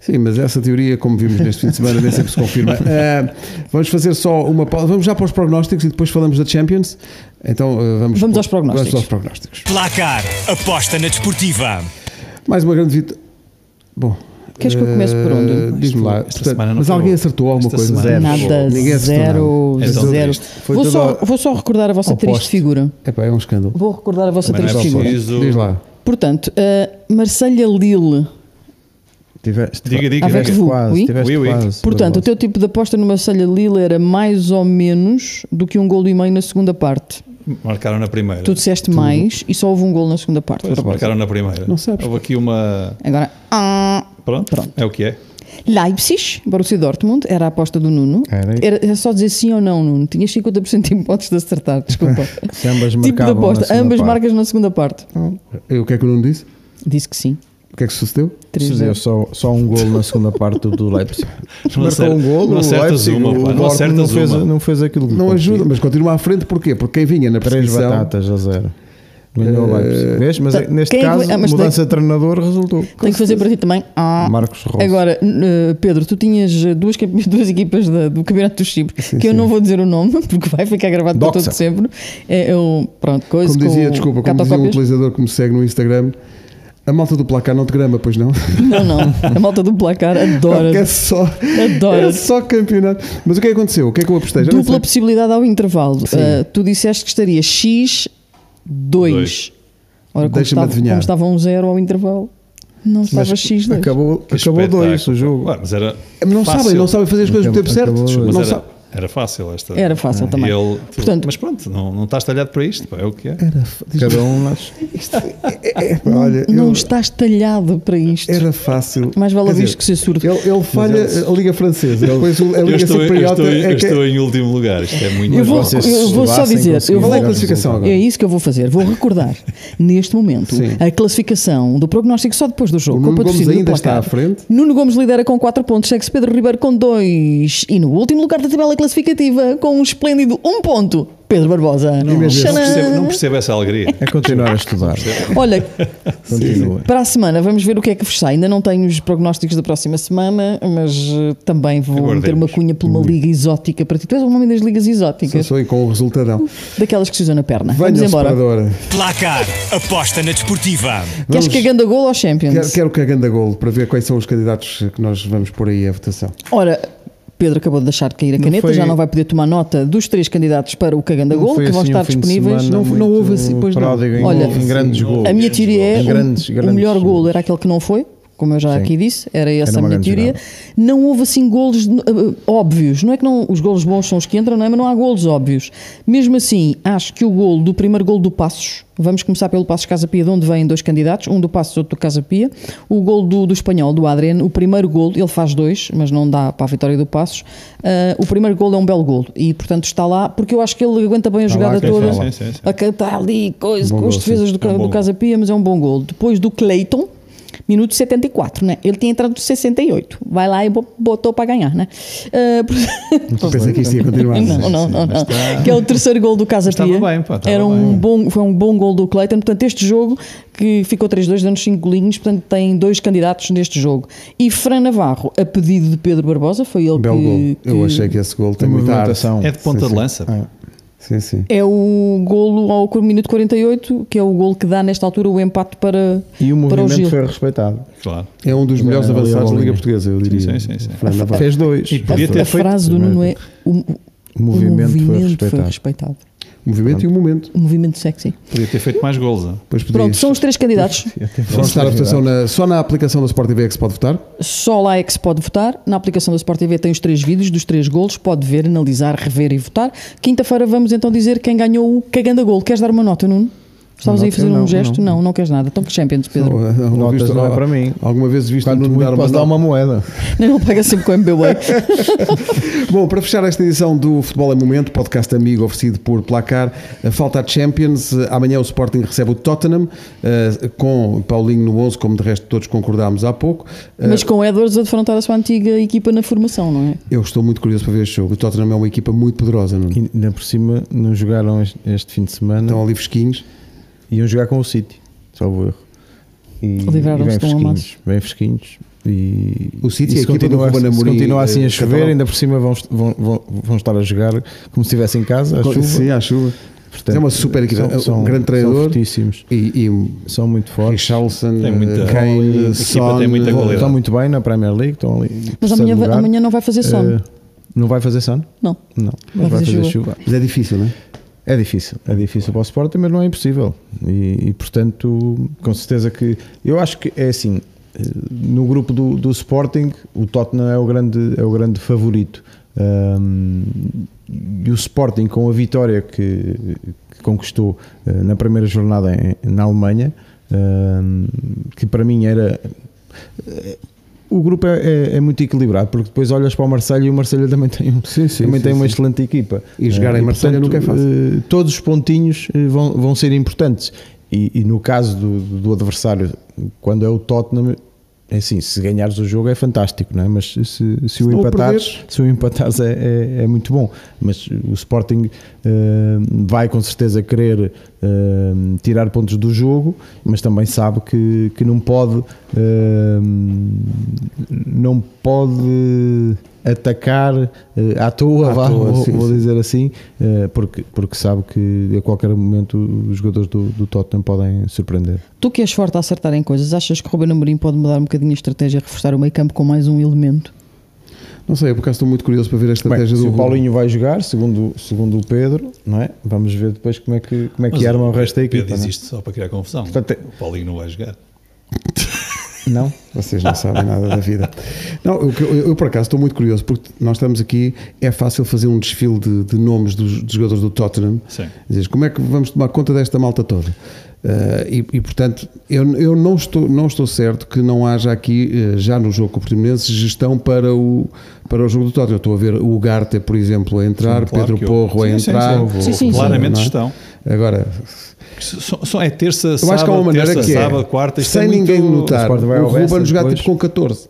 Sim, mas essa teoria, como vimos neste fim de semana, nem sempre se confirma. Eh, vamos fazer só uma pausa. Vamos já para os prognósticos e depois falamos da Champions. Então eh, vamos,
Vamos aos prognósticos.
Vamos aos prognósticos.
Placar, aposta na desportiva.
Mais uma grande vitória. Bom.
Queres que eu comece por onde?
eh, Diz-me lá.
esta
Portanto,
semana não
mas
foi
alguém
boa.
acertou alguma
Esta
coisa?
semana.
Nada,
É, Ninguém acertou
zero,
É tão
zero.
triste.
Foi
Vou
tudo
só,
ao-
vou só recordar a vossa triste figura.
É pá, é um escândalo.
Vou recordar a vossa
Também não
triste
é
figura.
preciso-
Diz lá.
Portanto, uh, Marselha Lille.
Tiveste,
Diga, diga,
Aveste
diga.
voo.
quase,
Oui?
tiveste
Oui, oui.
quase.
Portanto, o teu tipo de aposta no Marselha Lille era mais ou menos do que um golo e meio na segunda parte.
Marcaram na primeira.
É,
Tu disseste mais e só houve um gol na segunda parte.
Pois, marcaram na primeira.
Não sabes.
Houve aqui uma.
Agora, ah,
Pronto, é o que é.
Leipzig, Borussia Dortmund, era a aposta do Nuno.
Era.
era só dizer sim ou não, Nuno. Tinhas 50% de hipóteses de acertar, desculpa.
Se ambas
tipo de
marcavam na
aposta,
segunda
ambas
parte. Ah.
marcas na segunda parte.
E o que é que o Nuno disse?
Disse que sim.
O que é que sucedeu?
3
Deu só, só um golo na segunda parte do, do Leipzig. um
Não acerta-
golo,
não
o
acertas
Leipzig,
uma,
o
pá, não
Dortmund
acertas
não fez,
uma.
Não fez aquilo que
Não
conseguiu.
ajuda, mas continua à frente porquê? Porque quem vinha na
Três
perseguição.
batatas a zero. Ganhou o Leipzig. Vês? Mas
tá-
neste
quem é que-
caso,
ah, mas
mudança de treinador resultou.
Tenho que fazer para ti também. Ah.
Marcos Rossi.
Agora, eh, Pedro, tu tinhas eh, duas, campe- duas equipas da- do Campeonato do Chipre, que eu não vou dizer o nome, porque vai ficar gravado para
Doxa.
todo sempre. É, eu, pronto, coisa
Como dizia,
com
desculpa, como dizia um
catacópias.
utilizador que me segue no Instagram, A malta do placar não te grama, pois não?
Não, não. A malta do placar adora.
É só,
Adoro.
é só campeonato. Mas o que é que aconteceu? O que é que eu apostei? Já nem
Dupla
sei.
possibilidade ao intervalo. Ah, tu disseste que estaria X, 2.
Dois.
Ora, como
Deixa-me
estava,
adivinhar.
como estava um zero ao intervalo, não estava X, 2.
Acabou,
Que
acabou dois o
espetáculo.
jogo.
Ué, mas era
Não
fácil.
sabem, não sabem fazer as coisas no
Acabou-
tempo certo.
acabou-
Mas
Não
era,
sa-
era fácil esta.
Era fácil
E
também.
ele- tu-
Portanto-
mas pronto, não, não estás talhado para isto, pá, é o que é.
Cada um lá.
É, pá, olha,
não
eu-
estás talhado para isto.
era fácil.
Mais vale
Quer
ouvir
dizer,
que ser surdo.
Ele, ele falha a Liga Francesa, depois o- a
Eu
Liga
estou, eu
Cipriota
estou- eu
é que
estou em último lugar, isto é muito
Eu vou-
fácil.
eu vou só dizer, eu vou-
Qual é a classificação agora?
É isso que eu vou fazer. Vou recordar, neste momento,
Sim.
a classificação do prognóstico só depois do jogo.
O
com
Nuno
patrocínio
Gomes
do
ainda está
placar.
à frente.
Nuno Gomes lidera com 4 pontos, segue-se Pedro Ribeiro com 2. E no último lugar da tabela classificativa, com um esplêndido 1 ponto, Pedro Barbosa.
Não, não
Tcharam!
percebo, não percebo essa alegria.
É continuar a estudar.
Olha,
Continua.
para a semana vamos ver o que é que vos sai. Ainda não tenho os prognósticos da próxima semana, mas eh, também vou
Aguardemos.
meter uma cunha
Uhum.
por uma liga exótica para ti. Tu és um homem das ligas
Só
exóticas,
sou eu com o resultadão.
daquelas que se usam na perna. vamos
Venha o
embora.
separador.
Placar. Aposta na desportiva.
Queres
Vamos.
que a ganda gol ou Champions?
Quero, quero que a ganda golo para ver quais são os candidatos que nós vamos pôr aí à votação.
Ora, Pedro acabou de deixar cair a caneta,
foi-
já não vai poder tomar nota dos três candidatos para o Caganda Gol, que
assim
vão
um
estar disponíveis.
Não- não houve assim, pois não.
Olha,
Olha, em grandes
não-
gols.
A minha teoria é
Em
o-
grandes-
o
grandes-
melhor golo era aquele que não foi, como eu já aqui disse, era essa
Era
a
uma
minha
grande
teoria.
jogada.
Não houve assim golos uh, uh, óbvios, não é que não, os golos bons são os que entram, não é? mas não há golos óbvios. Mesmo assim, acho que o golo do primeiro golo do Passos, vamos começar pelo Passos Casa Pia, de onde vêm dois candidatos, um do Passos, outro do Casa Pia. O golo do, do espanhol, do Adriano, o primeiro golo, ele faz dois, mas não dá para a vitória do Passos. Uh, o primeiro golo é um belo golo e, portanto, está lá, porque eu acho que ele aguenta bem a
lá,
jogada
quem
toda.
fala.
Sim, sim, sim.
A cantar ali, coisa,
Bom
com as
golo, sim.
defesas do,
É um bom
do
golo.
Casa Pia, mas é um bom gol. Depois do Cleiton, minuto 74, né? Ele tinha entrado 68. Vai lá e bo- botou para ganhar, né? Ah, por-
Pensei que isto ia continuar.
não, não, não, não.
tá-
Que é o terceiro gol do Casa Pia.
estava bem, pá, estava
Era um
bem.
bom, foi um bom gol do Cleiton. Portanto, este jogo que ficou 3-2, dando 5 golinhos, portanto, tem dois candidatos neste jogo. E Fran Navarro, a pedido de Pedro Barbosa, foi ele
Um Belo gol.
que,
Eu
que-
achei que esse gol tem
Tem
muita arte.
movimentação.
É de ponta de lança.
Sim, sim.
É o golo ao minuto 48, que é o golo que dá nesta altura o empate para,
E o
para o Gil.
movimento foi respeitado.
Claro.
É um dos melhores
É, ali a
avançados da Liga
bolinha.
Portuguesa, eu diria.
Sim, sim, sim, sim.
Fernando Navarro.
Fez dois.
E podia
A,
ter
a
feito.
frase do Nuno é o,
O
o
movimento foi
foi
respeitado.
respeitado.
O movimento e o momento.
O movimento sexy.
Podia ter feito mais gols. ah.
Depois podias.
Pronto, são os três candidatos.
Vamos estar a votação na- só na aplicação da Sport TV é que se pode votar.
Só lá é que se pode votar. Na aplicação da Sport TV tem os três vídeos dos três golos. Pode ver, analisar, rever e votar. Quinta-feira vamos então dizer quem ganhou o caganda gol. Queres dar uma nota, Nuno? Estavas aí a
Nota?
fazer um
Não,
gesto? Não. não, queres nada. Então que Champions, Pedro.
Alguma vez-
não é para mim.
Alguma vez viste
Quando
o Nuno
muito posso dar
nota?
uma moeda.
Não, ele paga sempre com o MBWay.
Bom, para fechar esta edição do Futebol em Momento, podcast amigo oferecido por Placar, eh, falta a Champions. eh, Amanhã o Sporting recebe o Tottenham, eh, com Paulinho no 11, como de resto todos concordámos há pouco.
É.
Eh,
Mas com o Edwards a defrontar a sua antiga equipa na formação, não é?
Eu estou muito curioso para ver este jogo. O Tottenham é uma equipa muito poderosa, não? é?
E ainda por cima não jogaram este, este fim de semana.
Então,
Estão ali fresquinhos.
Iam jogar com o City, salvo erro. E,
Livraram-se
bem
de um
fresquinhos. Bem fresquinhos. E,
O City
e
é a
se
equipa do
continua,
Ruben
se
Amorim,
continua assim
eh,
a chover,
catalão.
ainda por cima vão, est- vão, vão, vão estar a jogar como se estivesse em casa, à chuva.
Sim, à chuva.
Portanto,
é uma super equipa.
são-
É
são-
um grande
São
treinador.
fortíssimos.
E, e
São muito fortes.
Richarlison,
Tem muita-
eh,
A
Kane,
equipa
Son. eh,
tem muita
Vou-
qualidade.
Estão muito bem na Premier League. Estão ali em
Mas
terceiro
amanhã,
lugar.
amanhã não vai fazer sono.
Eh, não vai fazer sono?
não.
Não.
Vai
Vai,
fazer
fazer,
chuva.
chuva.
Mas é difícil, não é?
É difícil, é difícil para o Sporting, mas não é impossível. E, e, portanto, com certeza que. Eu acho que é assim: eh, no grupo do, do Sporting, o Tottenham é o grande, é o grande favorito. Ahm, e o Sporting, com a vitória que, que conquistou eh, na primeira jornada em- na Alemanha, ahm, que para mim era. eh, O grupo é, é- é muito equilibrado, porque depois olhas para o Marselha e o Marselha também tem, um-
sim,
também tem
sim,
uma
sim.
excelente equipa.
E jogar
Eh,
em Marselha
portanto,
nunca é fácil.
eh, todos os pontinhos eh, vão, vão ser importantes. E, e no caso do, do adversário, quando é o Tottenham, é assim, se ganhares o jogo é fantástico, não é? mas se, se, o,
não o
empatares, se o empatares é, é, é muito bom. Mas o Sporting eh, vai com certeza querer um, tirar pontos do jogo, mas também sabe que, que não pode um, não pode atacar uh, à toa,
À
vá,
toa,
vou,
sim,
vou
sim.
dizer assim, uh, porque, porque sabe que a qualquer momento os jogadores do, do Tottenham podem surpreender.
Tu que és forte a acertar em coisas, achas que o Ruben Amorim pode mudar um bocadinho a estratégia, reforçar o meio campo com mais um elemento?
Não sei, eu por acaso estou muito curioso para ver a
Bem,
estratégia
se
do
o
Ruben.
Paulinho vai jogar, segundo, segundo o Pedro, não é? vamos ver depois como é que, como é que arma o resto da equipa. não
Pedro
é?
diz isto só para criar confusão.
Portanto, é-
o Paulinho não vai jogar.
Não?
Vocês não sabem nada da vida. Não, eu, eu- eu, por acaso estou muito curioso, porque nós estamos aqui, é fácil fazer um desfile de, de nomes dos, dos jogadores do Tottenham.
Sim.
Dizes, como é que vamos tomar conta desta malta toda? Ah, e, e, portanto, eu, eu não, estou, não estou certo que não haja aqui, eh, já no jogo com o Portimonense, gestão para o, para o jogo do Tottenham. Eu estou a ver o Garte, por exemplo, a entrar,
Claro
Pedro
que eu-
Porro a
Sim, sim,
entrar.
sim,
Sim, sim, sim.
Claramente
Não é?
estão.
Agora,
Só, só é terça,
eu acho que há uma
sábado,
maneira
terça,
que é,
sábado, quarta. isto é
sem
muito-
ninguém notar,
o Sporting vai
o
ao
Ruben
Leicester
jogar
depois.
tipo com 14.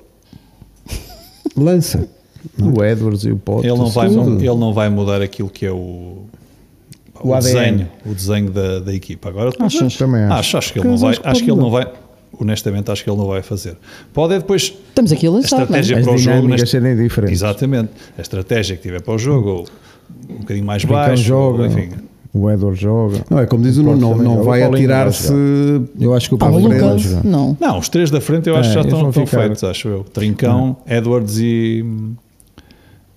Lança.
O Edwards e o Potter.
Ele não, vai,
tudo.
mu- ele não vai mudar aquilo que é o,
O
o
ADN.
desenho, o desenho da, da equipa. Agora
Achas?
Também acho.
acho, acho que ele não
Mas
vai,
acho que
acho que
pode
ele não vai, honestamente acho que ele não vai fazer. Pode é depois
Estamos aqui a
a
lançar,
estratégia
não é?
para o
As
jogo,
dinâmicas serem diferentes.
Exatamente. A estratégia que tiver para o jogo, ou um bocadinho mais
Brincão
baixo,
joga,
enfim.
o Edwards joga.
Não é como diz o Nuno, não, não
O
vai
Paulinho
atirar-se.
Eu acho que o
Ah, o
Paulinho vai
Lucas?
jogar.
Não.
Não, os três da frente eu
É,
acho que já
eles
estão,
vão
estão
ficar- É.
feitos, acho eu. Trincão, Edwards e,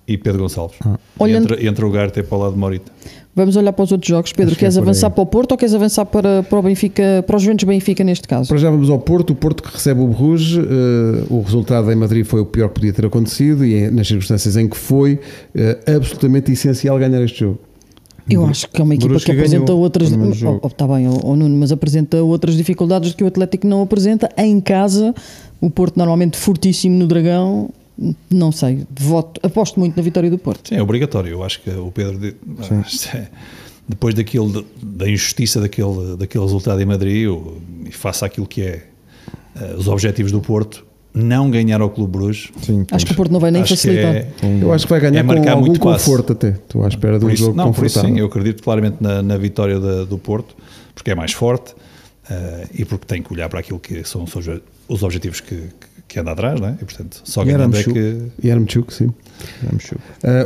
e Pedro Gonçalves.
Ah.
E
Olhando-
entra, entra o Garte para o lado de Morita.
Vamos olhar para os outros jogos. Pedro,
Acho que é
queres
por
avançar
aí.
para o Porto ou queres avançar para, para o Benfica, para os Juventus Benfica neste caso?
Para já vamos ao Porto, o Porto que recebe o Bruges, eh, o resultado em Madrid foi o pior que podia ter acontecido e eh, nas circunstâncias em que foi, eh, absolutamente essencial ganhar este jogo.
Eu acho que é uma equipa
Bruges
que
que ganhou
apresenta
o
outras.
primeiro jogo.
Está tá bem, ó ó Nuno, mas apresenta outras dificuldades que o Atlético não apresenta. Em casa, o Porto normalmente fortíssimo no Dragão. Não sei, voto, aposto muito na vitória do Porto.
Sim, é obrigatório. Eu acho que o Pedro, de- isto é- depois daquilo, da injustiça daquele, daquele resultado em Madrid, o- e face àquilo que é eh, os objetivos do Porto, não ganhar ao Clube Bruges.
Sim,
Acho que o Porto não vai nem
acho que
facilitar.
é-
Eu acho que vai ganhar
É
com
marcar
algum
muito passe.
conforto até. Estou à espera de um
Por isso,
jogo
não, por isso
confortável.
sim, eu acredito claramente na, na vitória da- do Porto, porque é mais forte eh, e porque tem que olhar para aquilo que são, os obje- os objetivos que, que- que anda atrás, não é? E portanto, só
E
ganhando é
Aramchuk.
que.
Yarmchuk, sim.
vamos ver.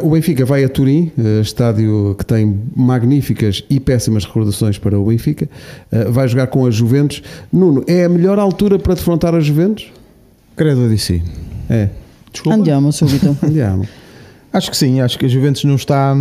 Uh, o Benfica vai a Turim, uh, estádio que tem magníficas e péssimas recordações para o Benfica. Uh, vai jogar com a Juventus. Nuno, é a melhor altura para defrontar a Juventus?
Credo de si.
É.
Desculpa.
Andiamo, seu Vitor.
Andiamo.
Acho que sim, acho que a Juventus não está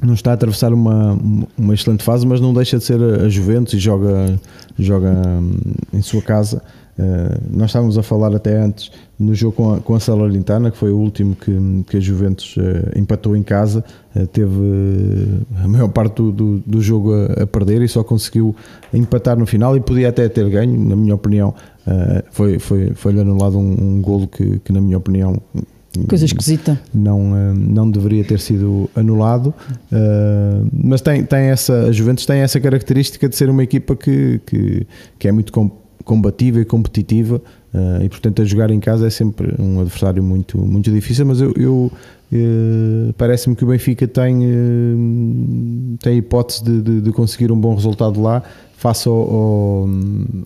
não está a atravessar uma, uma excelente fase, mas não deixa de ser a a Juventus e joga, joga hum, em sua casa. Eh, nós estávamos a falar até antes no jogo com a, com a Salernitana, que foi o último que, que a Juventus eh, empatou em casa, eh, teve eh, a maior parte do, do, do jogo a, a perder e só conseguiu empatar no final e podia até ter ganho, na minha opinião. eh, foi, foi, foi-lhe anulado um, um golo que, que, na minha opinião,
Coisa esquisita.
não, eh, não deveria ter sido anulado, eh, mas tem, tem essa, a Juventus tem essa característica de ser uma equipa que, que, que é muito com- combativa e competitiva eh, e portanto a jogar em casa é sempre um adversário muito, muito difícil, mas eu, eu, eh, parece-me que o Benfica tem, eh, tem a hipótese de, de- de conseguir um bom resultado lá face ao, ao,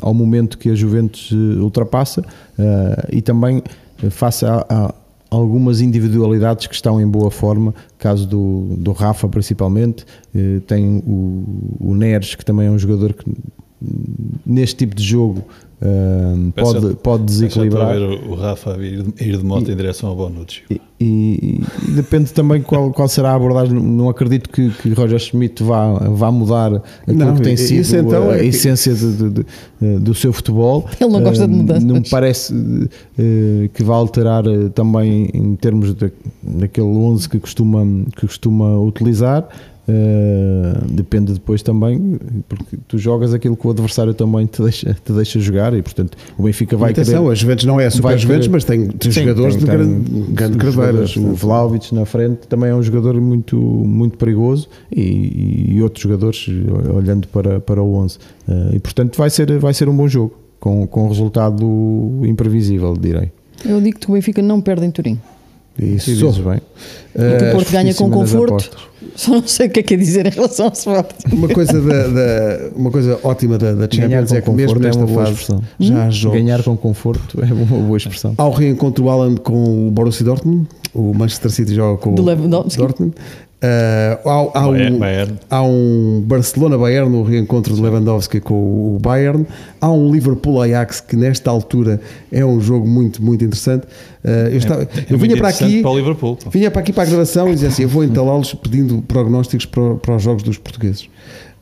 ao momento que a Juventus eh, ultrapassa eh, e também eh, face a- a algumas individualidades que estão em boa forma, caso do, do Rafa principalmente, eh, tem o, o Neres que também é um jogador que hum, neste tipo de jogo hum,
Peço-
pode, pode
Deixa
desequilibrar
eu ver o o Rafa ir de, ir de moto em direção ao Bonucci.
e, e- e depende também qual, qual será a abordagem. Não acredito que, que Roger Schmidt vá, vá mudar aquilo
Não,
que tem
isso
sido eh,
então
a,
é que-
essência de- de- de- eh, do seu futebol.
Ele não gosta de
Eh,
mudanças.
Não me parece eh, que vá alterar eh, também em termos da- daquele 11 que costuma, que costuma utilizar. Eh, depende depois também, porque tu jogas aquilo que o adversário também te deixa, te deixa jogar e portanto o Benfica vai
Atenção,
querer
a Juventus não é a super
vai
Juventus,
querer-
mas tem, tem
Sim,
jogadores
tem-
de
tem
grande, grande
os
craveiras.
jogadores. O Vlaovic na frente também é um jogador muito, muito perigoso e, e outros jogadores olhando para, para o 11. Eh, E portanto vai ser, vai ser um bom jogo, com, com um resultado imprevisível, direi.
Eu digo que o Benfica não perde em Turim.
Isso. E
Isso.
dizes bem.
E que o
Eh,
Porto ganha com
justíssima nas
conforto.
apostas.
Só não sei o que é que é dizer em relação ao Sporting.
Uma coisa, da, da- uma coisa ótima da, da
Ganhar
Champions
com
é que mesmo
conforto é
nesta
uma boa
fase
expressão.
já há jogos.
Ganhar com conforto é uma boa expressão.
Ao reencontro do Alan com o Borussia Dortmund, o Manchester City joga com
Do
o
Lewandowski.
Dortmund. Ah, há, há
Bayern,
um,
Bayern.
há um Barcelona-Bayern no reencontro de Lewandowski com o Bayern. Há um Liverpool-Ajax que, nesta altura, é um jogo muito, muito interessante. Ah, eu estava, eu vinha para
É, muito interessante
aqui.
Para o Liverpool. pá.
Vinha para aqui para a gravação e dizia assim: Eu vou entalá-los pedindo prognósticos para, para os jogos dos portugueses.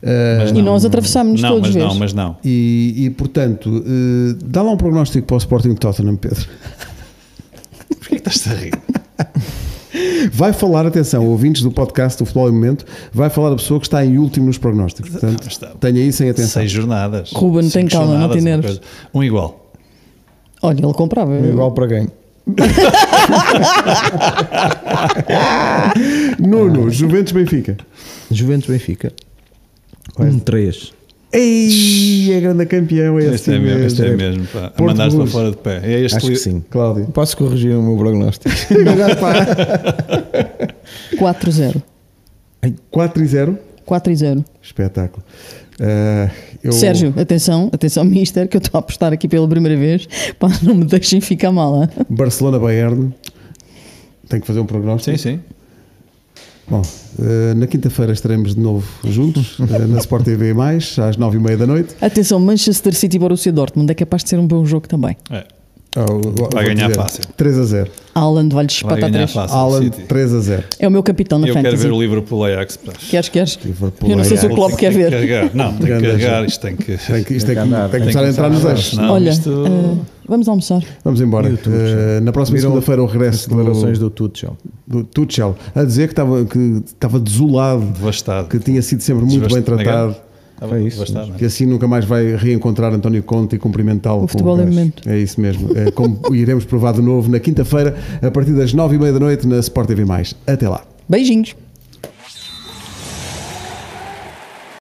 Ah,
Mas
E nós atravessámos-nos
Não,
todos,
mas
vês?
não, mas não.
e, e, portanto, eh, dá lá um prognóstico para o Sporting de Tottenham, Pedro.
Porquê que estás a rir?
Vai falar, atenção, ouvintes do podcast do Futebol em Momento, vai falar a pessoa que está em último nos prognósticos. Portanto,
ah, Está-
tenha isso em atenção.
Seis jornadas.
Ruben,
Cinco
tem calma, não
jornadas,
te
uma
nerves.
coisa. Um igual.
Olha, ele comprava.
É Igual para quem?
Ah.
Nuno, Juventus Benfica.
Juventus Benfica. Um 3.
Ei, é grande campeão, é
Este
assim
é mesmo, este é
mesmo.
mesmo. pá.
Porto
Mandaste-me
Bruges.
fora de pé. É este
Acho
li-
que sim.
Cláudio.
Posso corrigir o meu prognóstico?
Já está.
4-0.
4 e 0.
4 0.
Espetáculo. Ah, eu-
Sérgio, atenção, atenção, mister, que eu estou a apostar aqui pela primeira vez. Pá, não me deixem ficar mal. hã?
Barcelona-Bayern. Tenho que fazer um prognóstico.
Sim, sim.
Bom, eh, na quinta-feira estaremos de novo juntos eh, na Sport TV, às nove e meia da noite.
Atenção, Manchester City e Borussia Dortmund é capaz de ser um bom jogo também.
É.
Ah, Vai
ganhar fácil.
3 a 0.
Alan vai-lhes
Vai
espatar
ganhar
3.
fácil.
Alan,
City.
3 a 0.
É o meu capitão na
Eu quero
fantasy.
ver o Liverpool Ajax. pá.
Queres, queres?
Liverpool,
eu não sei se é o
Ajax.
Klopp
Tem-
quer
tem que
ver.
carregar. Não, tem que
Grande
carregar.
jogo.
Isto tem que.
Tem que, isto tem que,
Tem que andar,
tem que
tem
começar
que
a entrar nos
começar a
eixos. é?
andar. Não,
Olha,
isto-
eh, vamos almoçar.
Vamos embora. Eh, na próxima
Viram
segunda-feira o regresso
Declarações
do,
do Tuchel.
do Tuchel a dizer que estava, que estava desolado,
Devastado.
que tinha sido sempre muito bem
Desvastado.
tratado,
Tá bem,
É isso,
devastado, não é?
que assim nunca mais vai reencontrar António Conte e cumprimentá-lo.
O futebol
com
é
abraço.
momento.
É isso mesmo. É como iremos provar de novo na quinta-feira, a partir das nove e meia da noite, na Sport TV. Até lá.
Beijinhos.